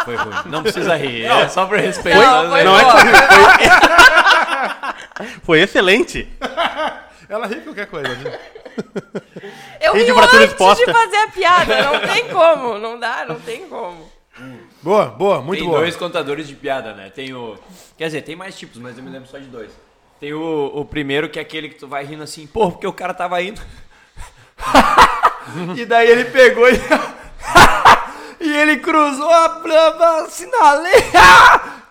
Foi ruim. Não precisa rir, é só pra respeitar. Não, foi né? Não é boa. que foi, foi excelente. Ela ri qualquer coisa. Né? Eu Rede ri pra tua antes resposta. de fazer a piada. Não tem como. Não dá, não tem como. Boa, boa, muito tem boa. dois contadores de piada, né? Tem o. Quer dizer, tem mais tipos, mas eu me lembro só de dois. Tem o, o primeiro, que é aquele que tu vai rindo assim, pô, porque o cara tava indo. e daí ele pegou e. e ele cruzou a planta sinaleira!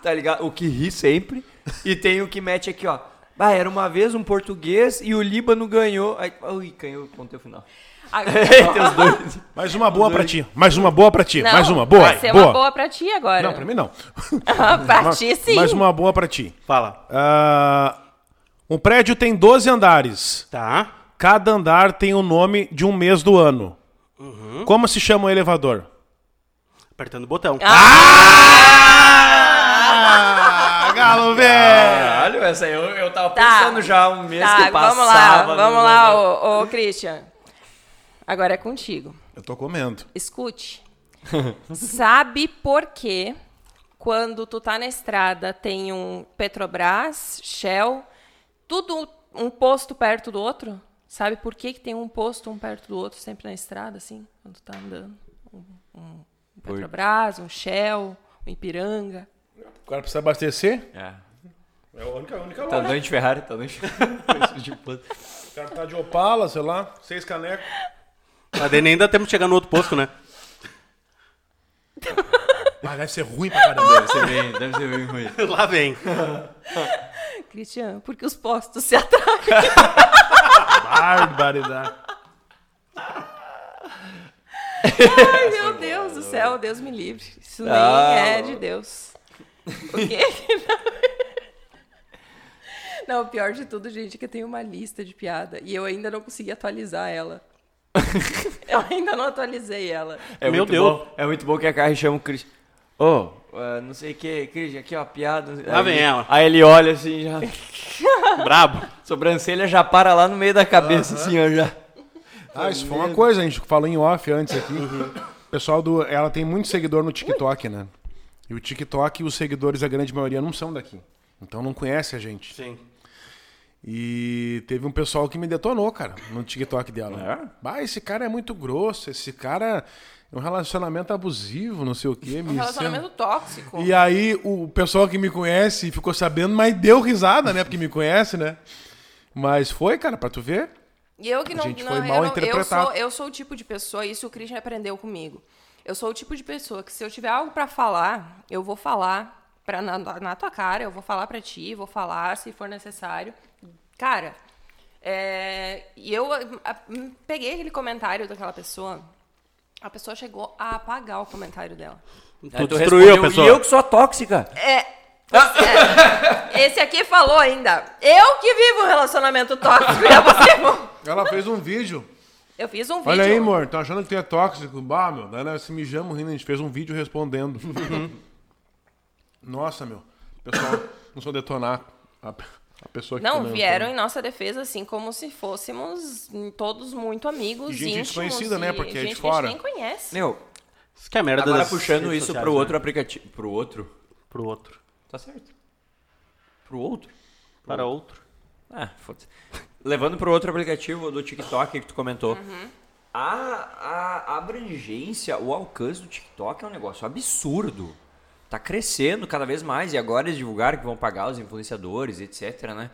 tá ligado? O que ri sempre. E tem o que mete aqui, ó. Bah, era uma vez um português e o Líbano ganhou. Aí, ui, ganhou, contei o final. tem Agora, os dois. Mais uma boa pra ti. Mais uma boa pra ti. mais uma boa. Vai ser boa. uma boa pra ti agora. Ah, Não, pra mim não. pra ti, sim. Mais uma boa pra ti. Fala. Ah, um prédio tem 12 andares. Tá. Cada andar tem o nome de um mês do ano. Como se chama o elevador? Apertando o Ah, botão. Ah, galo velho! Caralho, essa aí eu, eu tava Tá. pensando já um mês Tá, que passava. vamos lá, vamos no- lá, ô, ô Christian. Agora é contigo. Eu tô comendo. Escute. Sabe por que quando tu tá na estrada tem um Petrobras, Shell, tudo um posto perto do outro? Sabe por que, que tem um posto um perto do outro sempre na estrada, assim, quando tu tá andando? Um, um- um Petrobras, um Shell, um Ipiranga. O cara precisa abastecer. É. É a única, a única Tá loja. andando de Ferrari, tá andando de Ferrari. de puta. O cara tá de Opala, sei lá, seis canecos. A Dene ainda temos que chegar no outro posto, né? Mas Ah, deve ser ruim pra caramba. deve ser bem, deve ser bem ruim. Lá vem. Cristian, porque os postos se atracam. Barbaridade. é Ai, meu Deus do céu, Deus me livre. Isso nem Ah, é ó. de Deus. O quê? Não, o pior de tudo, gente, é que eu tenho uma lista de piada e eu ainda não consegui atualizar ela. eu ainda não atualizei ela. É Meu muito Deus. bom- é muito bom que a Carrie chama o Cris. Ô, ah, não sei o que, Cris, aqui ó, piada. Lá Aí vem ele- ela. Aí ele olha assim, já, Brabo. sobrancelha já para lá no meio da cabeça, assim, ó, já. Ah, isso foi uma coisa, a gente falou em off antes aqui. O pessoal do. Ela tem muito seguidor no TikTok, né? E o TikTok, os seguidores, a grande maioria, não são daqui. Então não conhece a gente. Sim. E teve um pessoal que me detonou, cara, no TikTok dela. É? Bah, esse cara é muito grosso, esse cara é um relacionamento abusivo, não sei o quê. me Um relacionamento tóxico. é E aí o pessoal que me conhece ficou sabendo, mas deu risada, né? Porque me conhece, né? Mas foi, cara, pra tu ver. E eu que não, gente não, foi eu mal não- eu, interpretado. sou, eu sou o tipo de pessoa, isso o Christian aprendeu comigo. Eu sou o tipo de pessoa que se eu tiver algo pra falar, eu vou falar pra, na, na tua cara, eu vou falar pra ti, vou falar se for necessário. Cara, é, e eu a- a- peguei aquele comentário daquela pessoa, a pessoa chegou a apagar o comentário dela. Aí Tu destruiu a respondeu, pessoa. E eu que sou a tóxica. É. Ah. Esse aqui falou ainda, eu que vivo um relacionamento tóxico, e é você não." Ela fez um vídeo. Eu fiz um vídeo. Olha aí, amor, tá achando que tu é tóxico? Bah, meu, daí nós se mijamos rindo, a gente fez um vídeo respondendo. Uhum. Nossa, meu. Pessoal, não sou detonar a, a pessoa que Não, comentou. vieram em nossa defesa, assim, como se fôssemos todos muito amigos, E gente íntimos. desconhecida, né? e Porque é de gente Que fora. a gente nem conhece. Meu, Isso que é a merda agora das puxando redes isso sociais, pro né? outro aplicativo. Pro outro? Pro outro. Tá certo. Pro outro? Para outro. Ah, foda-se. Levando pro outro aplicativo do TikTok que tu comentou. A, a abrangência, o alcance do TikTok é um negócio absurdo. Tá crescendo cada vez mais e agora eles divulgaram que vão pagar os influenciadores, etc, né?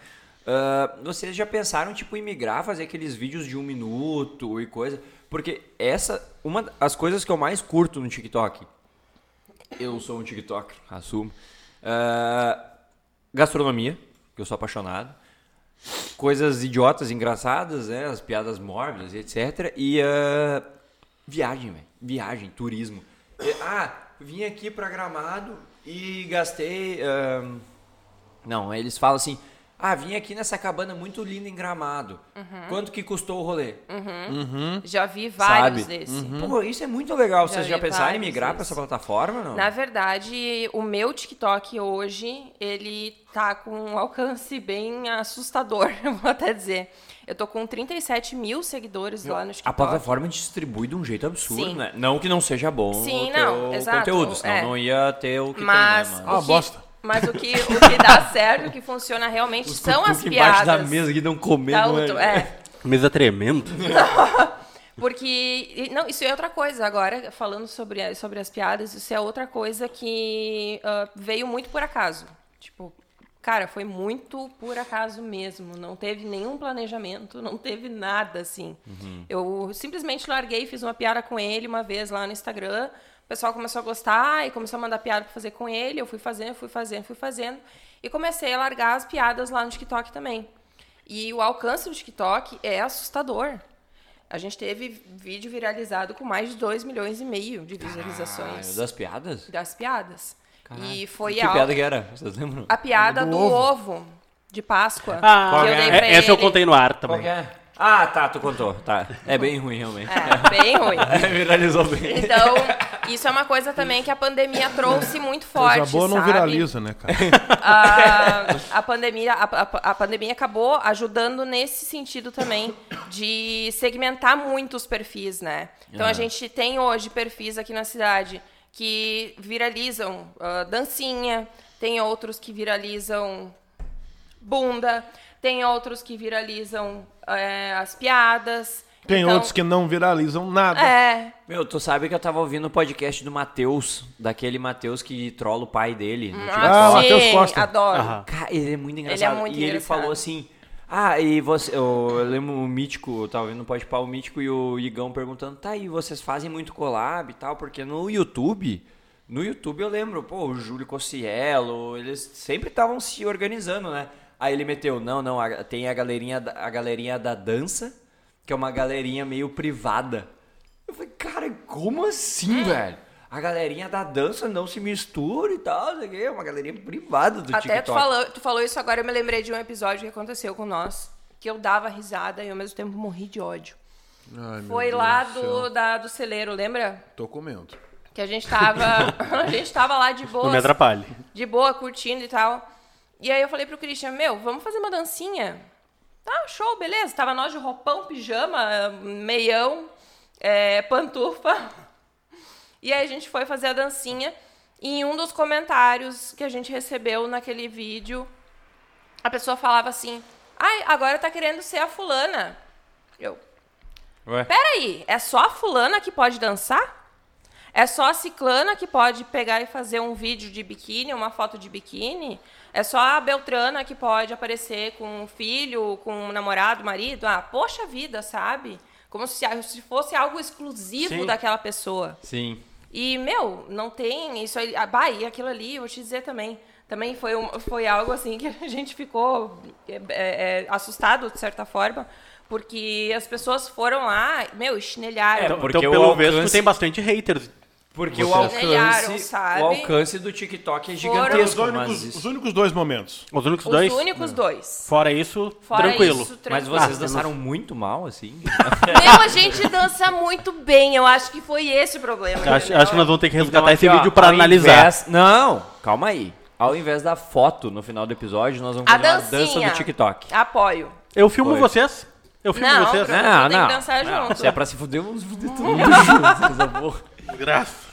Ah, vocês já pensaram, tipo, em migrar, fazer aqueles vídeos de um minuto e coisa? Porque essa, uma das coisas que eu mais curto no TikTok, eu sou um TikToker, assumo, Ah, gastronomia, que eu sou apaixonado, coisas idiotas, engraçadas, né? As piadas mórbidas, e etc. E ah, viagem, velho. Viagem, turismo. E, ah, vim aqui pra Gramado e gastei. ah, não, aí eles falam assim. Ah, vim aqui nessa cabana muito linda em Gramado. Uhum. Quanto que custou o rolê? Um Já vi vários Sabe? desses. Pô, isso é muito legal. Já Vocês já vi pensaram em vários migrar pra desses. essa plataforma, não? Na verdade, o meu TikTok hoje, ele tá com um alcance bem assustador, eu vou até dizer. Eu tô com 37 mil seguidores lá no A TikTok. plataforma distribui de um jeito absurdo, Sim. né? Não que não seja bom Sim, o não, teu exato, conteúdo, senão é. não ia ter o que Mas, tem, né? o mano? Ah, que- bosta. Mas o que, o que dá certo, o que funciona realmente são as Cutuca piadas. embaixo da mesa que não comendo. da né? auto- é. Mesa tremendo. Porque. e- Não, isso é outra coisa. Agora, falando sobre, a- sobre as piadas, isso é outra coisa que ah, veio muito por acaso. Tipo, cara, foi muito por acaso mesmo. Não teve nenhum planejamento, não teve nada assim. Eu simplesmente larguei, fiz uma piada com ele uma vez lá no Instagram. O pessoal começou a gostar e começou a mandar piada pra fazer com ele. Eu fui fazendo, fui fazendo, fui fazendo. E comecei a largar as piadas lá no TikTok também. E o alcance do TikTok é assustador. A gente teve vídeo viralizado com mais de 2 milhões e meio de Ah, visualizações das piadas? das piadas. E foi que a, piada que era? Vocês lembram? a piada Do do, ovo. ovo. de Páscoa Ah, que eu dei pra é- essa eu ele. contei no ar também. Qual que é? Ah, tá, tu contou. Tá. É bem ruim, realmente. É, bem ruim. Viralizou bem. Então, isso é uma coisa também que a pandemia trouxe muito forte, Coisa boa não sabe? viraliza, né, cara? a, a pandemia, a, a- a pandemia acabou ajudando nesse sentido também de segmentar muito os perfis, né? Então a Aham. gente tem hoje perfis aqui na cidade que viralizam ah, dancinha, tem outros que viralizam bunda, tem outros que viralizam eh, as piadas. Tem Então, outros que não viralizam nada. É, Meu, tu sabe que eu tava ouvindo o podcast do Matheus, daquele Matheus que trola o pai dele. né? Tipo, no TikTok. Ah, o sim, Matheus Costa. adoro. Aham. Cara, ele é muito engraçado. muito e ele engraçado. falou assim. Ah, e você. Eu, eu lembro o Mítico, eu tava vendo no Pode Pau, o Mítico e o Igão perguntando, tá, e vocês fazem muito collab e tal, porque no YouTube. No YouTube eu lembro, pô, o Júlio Cossielo, eles sempre estavam se organizando, né? Aí ele meteu, não, não, a- tem a galerinha, da- a galerinha da dança, Hum. que é uma galerinha meio privada. Eu falei, cara, como assim, velho? a galerinha da dança não se mistura e tal, não sei o quê, é uma galerinha privada do Até TikTok. tu falou, tu falou isso agora, eu me lembrei de um episódio que aconteceu com nós, que eu dava risada e ao mesmo tempo morri de ódio. Ai, meu Foi Deus lá do céu. do, da, do celeiro, lembra? Tô comendo. Que a gente tava. a gente tava lá de boa. assim, Não me atrapalhe. Então, de boa, curtindo e tal. E aí eu falei pro Christian, meu, vamos fazer uma dancinha? Tá, show, beleza. Tava nós de roupão, pijama, meião, é, pantufa. E aí a gente foi fazer a dancinha. E em um dos comentários que a gente recebeu naquele vídeo, a pessoa falava assim, ai, agora tá querendo ser a fulana. Eu, Ué? peraí, é só a fulana que pode dançar? É só a ciclana que pode pegar e fazer um vídeo de biquíni, uma foto de biquíni? É só a Beltrana que pode aparecer com um filho, com um namorado, marido? Ah, poxa vida, sabe? Como se, se fosse algo exclusivo Sim. daquela pessoa. Sim. E, meu, não tem isso aí. Ah, bah, e aquilo ali, eu vou te dizer também. Também foi, um- foi algo assim que a gente ficou é, é, é, assustado, de certa forma, porque as pessoas foram lá, meu, e chinelharam. Então, É, porque então, o pelo alcance- visto, tem bastante haters. Porque o Vocês- alcance, Ganharam, sabe? o alcance do TikTok é Foram- gigantesco, Os únicos, mas, isso- os únicos dois momentos. Os únicos Os dois. É. únicos dois. Fora isso, Fora tranquilo. isso, mas tranquilo. vocês Ah, dançaram muito mal, assim. tá Meu, a gente dança muito bem. Eu acho que foi esse o problema. Acho, entendeu? acho que nós vamos ter que resgatar Então, esse aqui, ó, vídeo pra ao analisar. invés- Não, calma aí. Ao invés da foto no final do episódio, nós vamos A fazer uma dança dancinha. do TikTok. Apoio. Eu filmo Foi. vocês. Eu filmo Não, vocês. Bruno. não, tem que não. dançar não. junto. Se é pra se fuder, vamos fuder todo mundo junto, essa porra. Graças.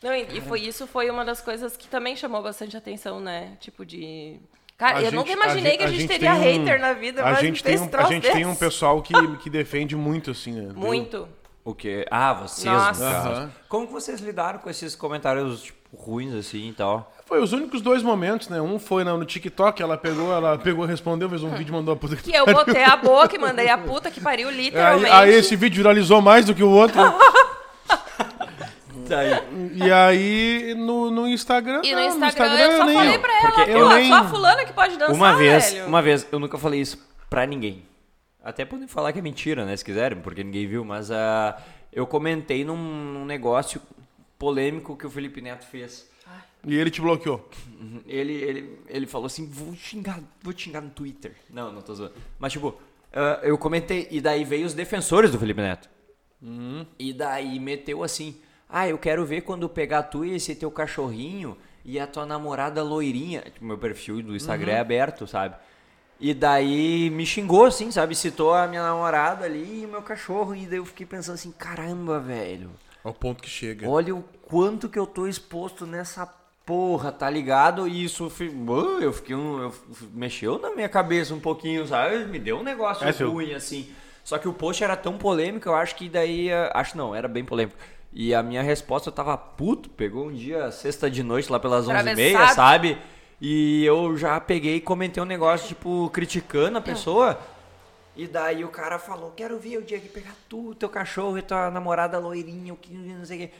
Não, e e foi, isso foi uma das coisas que também chamou bastante atenção, né? Tipo de... Cara, A eu gente- nunca imaginei que a gente, teria tem um- hater na vida, a mas gente tem fez um, A troço gente tem um desse. pessoal que, que defende muito, assim, né? Muito. O quê? Ah, vocês, Nossa. no caso. Aham. Como que vocês lidaram com esses comentários, tipo, ruins, assim, e tal? Foi os únicos dois momentos, né? Um foi na- no TikTok, ela pegou, ela pegou, respondeu, fez um vídeo, mandou a puta É, Que eu botei a boca e mandei a puta que pariu, Aí, literalmente. aí esse vídeo viralizou mais do que o outro. E aí no, Ah, no Instagram. E não, no Instagram, eu só nem- falei pra ela, Porque pô, eu nem- só a fulana que pode dançar, uma vez, velho. uma vez, eu nunca falei isso pra ninguém. Até podem falar que é mentira, né, se quiserem, porque ninguém viu, mas ah, eu comentei num, num negócio polêmico que o Felipe Neto fez. E ele te bloqueou. Ele, ele, ele falou assim, vou xingar, vou te xingar no Twitter. Não, não tô zoando. Mas tipo, ah, eu comentei, e daí veio os defensores do Felipe Neto. E daí meteu assim, ah, eu quero ver quando eu pegar tu e esse teu cachorrinho e a tua namorada loirinha. Tipo, meu perfil do Instagram é aberto, sabe? E daí me xingou, assim, sabe? Citou a minha namorada ali e o meu cachorro. E daí eu fiquei pensando assim, caramba, velho. Ao É ponto que chega. Olha o quanto que eu tô exposto nessa porra, tá ligado? E isso fi- Bô, eu fiquei um, eu f- mexeu na minha cabeça um pouquinho, sabe? Me deu um negócio É, seu- ruim assim. Só que o post era tão polêmico, eu acho que daí, eh, acho não, era bem polêmico. E a minha resposta eu tava puto, pegou um dia sexta de noite lá pelas 11h30, Atravessado. sabe? E eu já peguei e comentei um negócio tipo Ah. criticando a pessoa. E daí o cara falou, quero ver o dia que pegar tu, teu cachorro e tua namorada loirinha, o que não sei o que.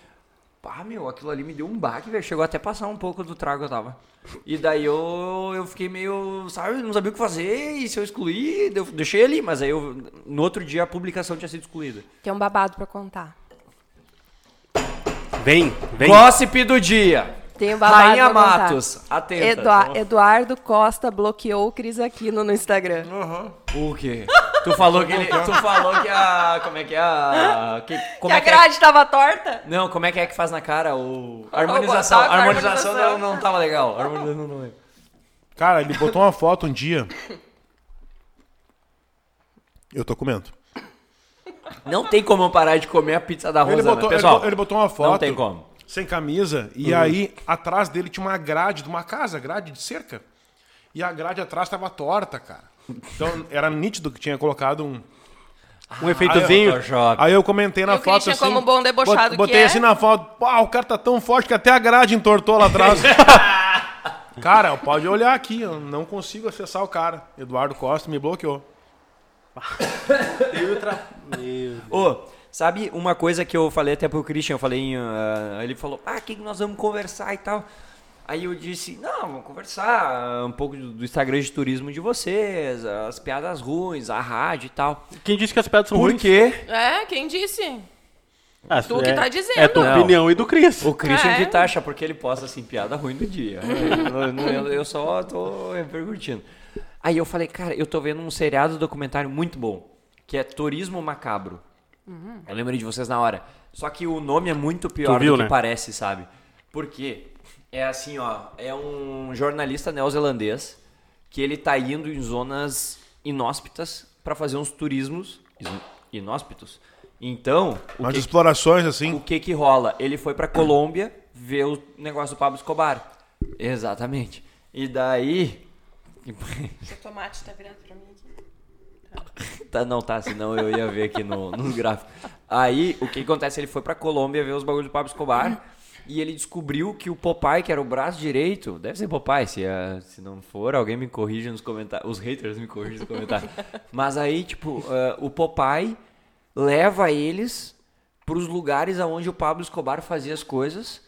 Pá, meu, aquilo ali me deu um baque, velho. Chegou até a passar um pouco do trago que eu tava. E daí eu, eu fiquei meio, sabe, não sabia o que fazer, e se eu excluir, eu deixei ali, mas aí eu, no outro dia a publicação tinha sido excluída. Tem um babado pra contar. Vem, vem. Gossip do dia. Tem um babado Rainha pra contar. Matos, atenta. então. Eduar- Eduardo Costa bloqueou o Cris Aquino no Instagram. O quê? Tu falou que ele, tu falou que a, como é que é a, que, como é que a que é grade tava torta? Não, como é que é que faz na cara o... Harmonização. Harmonização. botox, harmonização harmonização não- não, tava legal. Harmonização não é. Cara, ele botou uma foto um dia. Eu tô comendo. Não tem como eu parar de comer a pizza da Rosa, Ele botou, né? ele, Pessoal, bo- ele botou uma foto. não tem como. Uhum. Sem camisa. E aí, atrás dele tinha uma grade de uma casa, grade de cerca. E a grade atrás tava torta, cara. Então era nítido que tinha colocado um. Um efeitozinho. Aí, Photoshop. Aí eu comentei na E o foto. Christian, assim, como bom debochado bot- que Botei é. assim na foto. Pá, o cara tá tão forte que até a grade entortou lá atrás. cara, pode olhar aqui. Eu não consigo acessar o cara. Eduardo Costa me bloqueou. Ô, sabe uma coisa que eu falei até pro Christian, eu falei, em, ah, ele falou, ah, o que que nós vamos conversar e tal. Aí eu disse, não, vamos conversar ah, um pouco do do Instagram de turismo de vocês, as piadas ruins, a rádio e tal. Quem disse que as pedras são Por ruins? quê? É, quem disse? Ah, Tu que é- tá dizendo. É a tua Não. opinião e do Cris. O Christian É. que taxa, porque ele posta assim, piada ruim do dia. Eu, não- eu- eu só tô repercutindo. Aí eu falei, cara, eu tô vendo um seriado documentário muito bom, que é Turismo Macabro. Eu lembrei de vocês na hora. Só que o nome é muito pior Tu viu, do que né? parece, sabe? Porque é assim, ó, é um jornalista neozelandês que ele tá indo em zonas inóspitas pra fazer uns turismos is- inóspitos. Então, o Umas que explorações, o assim. que que rola? Ele foi pra Colômbia ver o negócio do Pablo Escobar. Exatamente. E daí. O tomate tá virando pra mim aqui. Tá, não, tá, senão eu ia ver aqui no, no gráfico. Aí, o que acontece? Ele foi pra Colômbia ver os bagulhos do Pablo Escobar. E ele descobriu que o Popeye, que era o braço direito, deve ser Popeye, se, é- se não for, alguém me corrige nos comentários. Os haters me corrigem nos comentários. Mas aí, tipo, eh, o Popeye leva eles pros lugares aonde o Pablo Escobar fazia as coisas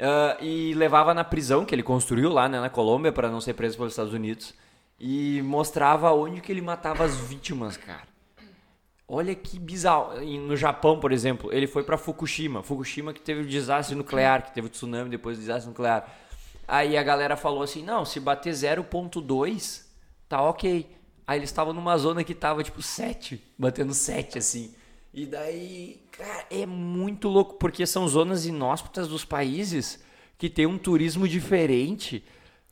ah, e levava na prisão que ele construiu lá né, na Colômbia para não ser preso pelos Estados Unidos e mostrava onde que ele matava as vítimas, cara. Olha que bizarro. E no Japão, por exemplo, ele foi para Fukushima. Fukushima que teve o desastre nuclear, que teve o tsunami depois do desastre nuclear. Aí a galera falou assim: não, se bater 0,2, tá ok. Aí eles estavam numa zona que tava tipo 7, batendo 7 assim. E daí, cara, é muito louco, porque são zonas inóspitas dos países que tem um turismo diferente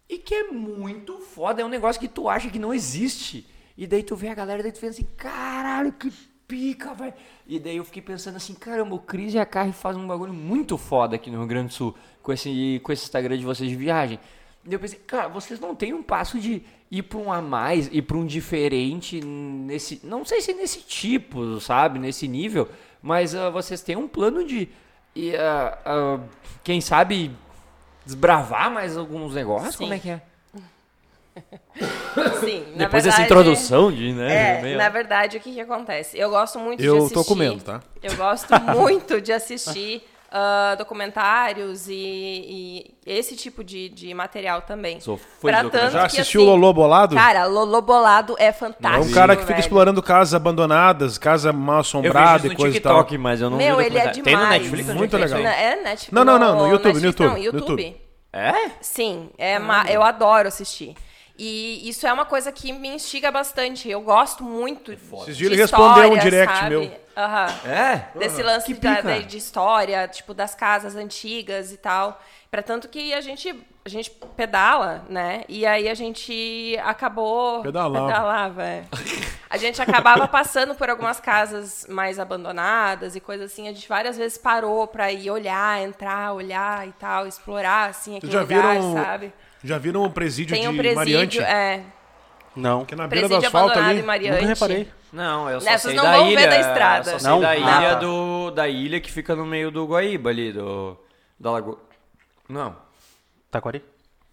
e que é muito foda. É um negócio que tu acha que não existe. E daí tu vê a galera, daí tu pensa assim, caralho, que pica, velho. E daí eu fiquei pensando assim, caramba, o Cris e a Carrie fazem um bagulho muito foda aqui no Rio Grande do Sul, com esse, com esse Instagram de vocês de viagem. E eu pensei, cara, vocês não têm um passo de ir pra um a mais, ir pra um diferente nesse. Não sei se nesse tipo, sabe? Nesse nível. Mas ah, vocês têm um plano de. e, ah, ah, quem sabe desbravar mais alguns negócios? Sim. Como é que é? Sim, na Depois verdade, dessa introdução de, né? É, meio- na verdade, o que, que acontece? Eu gosto muito de Eu assistir. tô comendo, tá? Eu gosto muito de assistir ah, documentários e, e esse tipo de, de material também. Sou fã de documentário. Já que, assistiu o assim, Lolô Bolado? Cara, Lolo Bolado é É fantástico. um cara que fica velho. explorando casas abandonadas, casa mal Eu vejo assombrada isso e no coisa e tal. TikTok, mas eu não Meu, vi ele é documentário. Tem demais. no Netflix? Onde é Muito que é isso legal. aí? Na- É Netflix. Não, não, não, no YouTube, no Netflix, não, YouTube, no YouTube. É? Sim, é ma- eu adoro assistir. E isso é uma coisa que me instiga bastante. Eu gosto muito de Esses dias ele respondeu um história, direct sabe? meu. Aham. É? Desse Ah, Uhum. lance Que da- pica. da- de história, tipo, das casas antigas e tal. Pra tanto que a gente, a gente pedala, né? E aí a gente acabou. Pedalava. Pedalava, é. A gente acabava passando por algumas casas mais abandonadas e coisa assim. A gente várias vezes parou pra ir olhar, entrar, olhar e tal, explorar, assim, Vocês aquele já lugar, viram, um- sabe? já viram o presídio Tem de um presídio, Mariante? é. Não. Que é na beira do Presídio asfalto abandonado ali. em Mariante. Nunca reparei. Não, eu só sei Né, vocês não da vão ver ilha. da estrada. Só sei Não? da Ah, ilha tá. do da ilha que fica no meio do Guaíba ali, do da lagoa. Não. Taquari?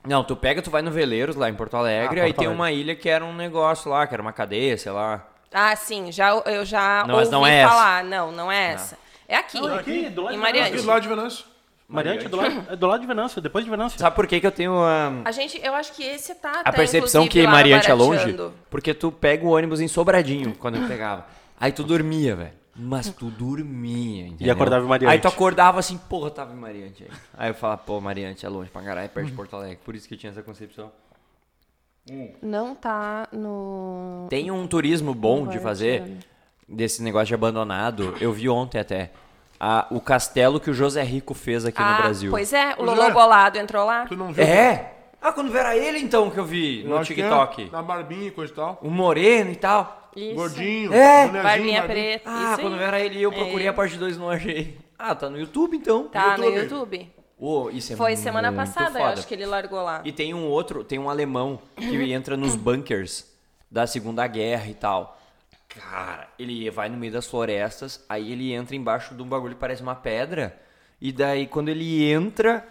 Não, tu pega, tu vai no Veleiros lá em Porto Alegre, Ah, aí Porto tem Alegre. uma ilha que era um negócio lá, que era uma cadeia, sei lá. Ah, sim, já, eu já Não, mas ouvi não é essa. falar. Não, não é essa. É aqui. Não, é aqui, do lado em de Mariante. Aqui do lado de Venâncio. Mariante é do, lado, é do lado de Venâncio, depois de Venâncio. Sabe por que que eu tenho a, A gente, eu acho que esse tá a tá, percepção inclusive, que lá Mariante é longe? barateando. Porque tu pega o ônibus em Sobradinho, quando eu pegava. Aí tu dormia, velho. Mas tu dormia, entendeu? acordava em Mariante. Aí tu acordava assim, porra, tava em Mariante aí. Aí eu falava, pô, Mariante é longe pra caralho, é perto de Porto Alegre. Por isso que eu tinha essa concepção. Não tá no. Tem um turismo bom de Agora fazer, tirando. desse negócio de abandonado. Eu vi ontem até. a- o castelo que o José Rico fez aqui ah, no Brasil. pois é, o Pois Lolo é. Bolado entrou lá. Tu não viu? É? Ah, quando era ele então que eu vi Eu no acho que é, TikTok. Na barbinha e coisa e tal. O moreno e tal. Isso. Gordinho. né? É. bonezinho, Barbinha preta. Ah, isso quando aí. era ele eu procurei É. a parte 2 e não achei. Ah, tá no YouTube então. Tá no YouTube. YouTube. Ô, isso é Foi semana muito passada, eu foda. acho que ele Uhum. largou lá. E tem um outro, tem um alemão que entra nos bunkers da Segunda Guerra e tal. Cara, ele vai no meio das florestas, aí ele entra embaixo de um bagulho que parece uma pedra. E daí, quando ele entra.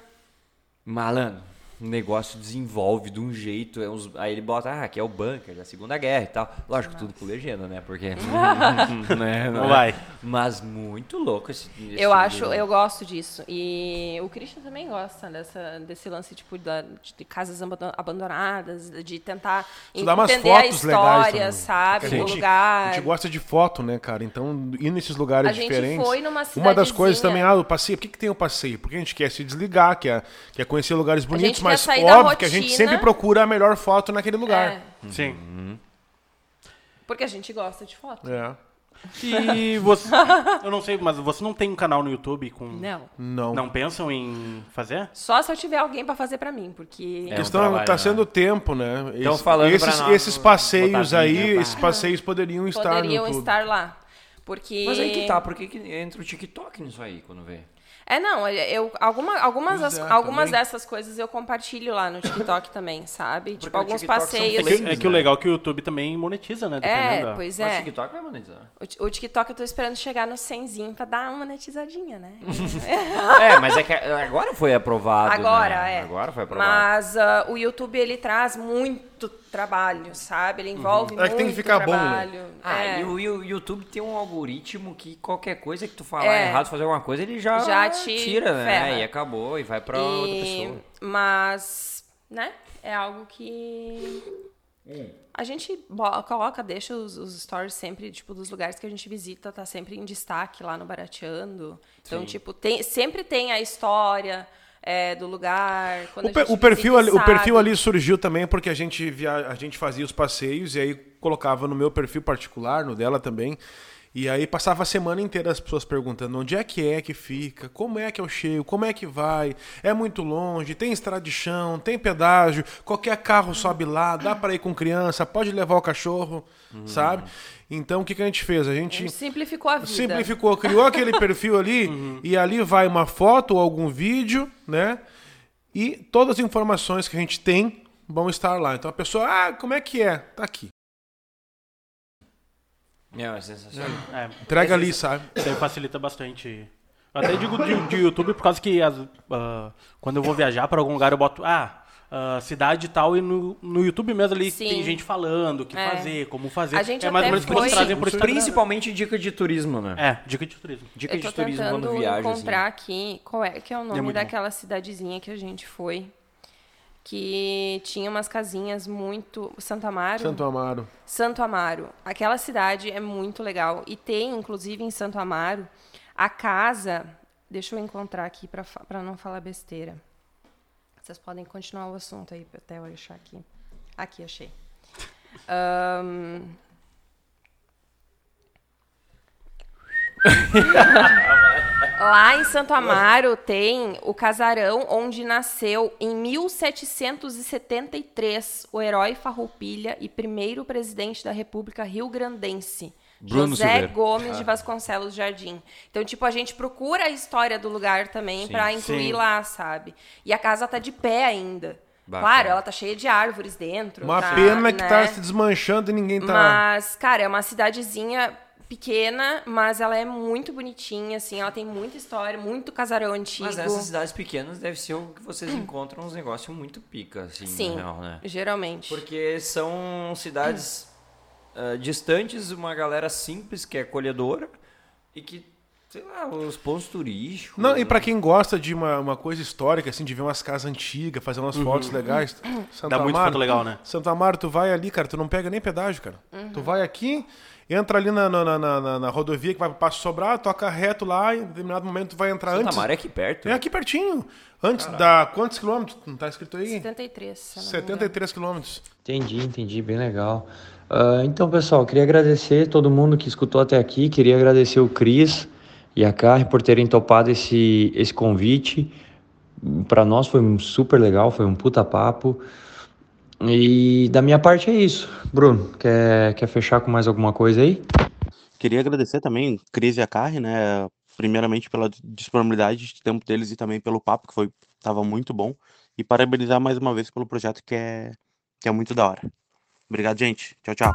Malandro, o negócio desenvolve de um jeito. É uns, aí ele bota, ah, aqui é o bunker da Segunda Guerra e tal. Lógico, tudo com legenda, né? Porque. né, Não vai. Mas muito louco esse. esse Eu acho, livro. eu gosto disso. E o Christian também gosta dessa, desse lance tipo, da, de, de casas abandon- abandonadas, de tentar Isso dá umas entender a fotos legais história, também. sabe? Porque a Do gente- lugar. A gente gosta de foto, né, cara? Então, ir nesses lugares A gente diferentes. foi numa uma das coisas cidadezinha. também, ah, o passeio. Por que, que tem o passeio? Porque a gente quer se desligar, quer, quer conhecer lugares bonitos, quer mas sair da óbvio que a gente rotina. sempre procura a melhor foto naquele lugar. É, Sim. porque a gente gosta de foto. É. E você. Eu não sei, mas você não tem um canal no YouTube com. Não. Não. Não pensam em fazer? Só se eu tiver alguém pra fazer pra mim, porque A É um questão trabalho, tá né? sendo o tempo, né? Tão falando pra esses, nós esses passeios botar tá? aí, vídeo, pá. esses passeios poderiam tá estar no poderiam YouTube. estar lá. Porque Mas aí que tá, por que, que entra o TikTok nisso aí quando vê? É, não, eu, alguma, algumas, Pois das- é, algumas também. dessas coisas eu compartilho lá no TikTok também, sabe? tipo, o alguns TikTok são É passeios. que, é Sim, que o né? legal é que o YouTube também monetiza, né? Dependendo É, da- pois Mas o é. TikTok vai monetizar. O ti- O TikTok eu tô esperando chegar no 100zinho pra dar uma monetizadinha, né? é, mas é que agora foi aprovado. Agora, né? é. Agora foi aprovado. Mas ah, o YouTube, ele traz muito trabalho, sabe? Ele Uhum. envolve É que tem que muito ficar bom, né? trabalho. Ah, É. e o Yu- YouTube tem um algoritmo que qualquer coisa que tu falar É. errado, fazer alguma coisa, ele já, Já te tira, né? ferra. E acabou, e vai pra outra E, pessoa. mas, né? É algo que. A gente bo- coloca, deixa os, os stories sempre, tipo, dos lugares que a gente visita, tá sempre em destaque lá no Barateando. Então, Sim. tipo, tem, sempre tem a história é, do lugar. Quando O, a pe- gente né? o perfil ali, visita, o perfil sabe. ali surgiu também porque a gente, via, a gente fazia os passeios e aí colocava no meu perfil particular, no dela também. E aí passava a semana inteira as pessoas perguntando onde é que é que fica, como é que eu chego, como é que vai, é muito longe, tem estrada de chão, tem pedágio, qualquer carro sobe lá, dá para ir com criança, pode levar o cachorro, Uhum. sabe? Então o que, que a gente fez? A É um gente Simplificou a vida. Uhum. Simplificou, criou aquele perfil ali e ali vai uma foto ou algum vídeo, né? E todas as informações que a gente tem vão estar lá. Então a pessoa, ah, como é que é? Tá aqui. É, é sensacional. É, Entrega ali, sabe? Isso aí facilita bastante. Eu até digo de, de YouTube por causa que as- ah, quando eu vou viajar pra algum lugar eu boto, ah, ah, cidade e tal, e no, no YouTube mesmo ali Sim. tem gente falando o que É. fazer, como fazer. A gente é mais ou até menos o que vocês foi- trazem por Instagram. Principalmente dica de turismo, né? É, dica de turismo. Dica Eu de tô turismo tentando quando viaja. assim. encontrar aqui qual é que é o nome muito bom. daquela cidadezinha que a gente foi. Que tinha umas casinhas muito. Santo Amaro? Santo Amaro. Santo Amaro. Aquela cidade é muito legal. E tem, inclusive, em Santo Amaro, a casa. Deixa eu encontrar aqui pra fa- pra não falar besteira. Vocês podem continuar o assunto aí até eu achar aqui. Aqui, achei. Ahn. Lá em Santo Amaro tem o casarão onde nasceu em 1773 o herói Farroupilha e primeiro presidente da República Rio Grandense. Bruno José Silveira. Gomes Ah. de Vasconcelos Jardim. Então, tipo, a gente procura a história do lugar também Sim. pra incluir Sim. lá, sabe? E a casa tá de pé ainda. Bacana. Claro, ela tá cheia de árvores dentro. Uma tá, pena que tá né? se desmanchando e ninguém tá lá. Mas, cara, é uma cidadezinha pequena, mas ela é muito bonitinha, assim, ela tem muita história, muito casarão antigo. Mas essas cidades pequenas deve ser o que vocês encontram uns negócios muito pica, assim, Sim, na real, né? geralmente. Porque são cidades ah, distantes, uma galera simples que é acolhedora e que, sei lá, os pontos turísticos. Não, e pra quem gosta de uma, uma coisa histórica, assim, de ver umas casas antigas, fazer umas fotos legais, Santo Dá Uhum. muito Amaro, foto legal, né? Santo Amaro, tu vai ali, cara, tu não pega nem pedágio, cara. Tu vai aqui, entra ali na, na, na, na- na rodovia que vai pro Passo Sobrar, toca reto lá, e em determinado momento tu vai entrar Santa antes. Maria é aqui perto. É aqui pertinho. Antes da. Quantos quilômetros? Não tá escrito aí? 73, se eu não me engano. 73 quilômetros. Entendi, entendi, bem legal. Ah, então, pessoal, queria agradecer todo mundo que escutou até aqui, queria agradecer o Cris e a Carre por terem topado esse, esse convite. Para nós foi um super legal, foi um puta papo. E da minha parte é isso. Bruno, quer, quer fechar com mais alguma coisa aí? Queria agradecer também Cris e a Carre, né? Primeiramente pela disponibilidade de tempo deles e também pelo papo, que foi tava muito bom. E parabenizar mais uma vez pelo projeto que é, que é muito da hora. Obrigado, gente. Tchau, tchau.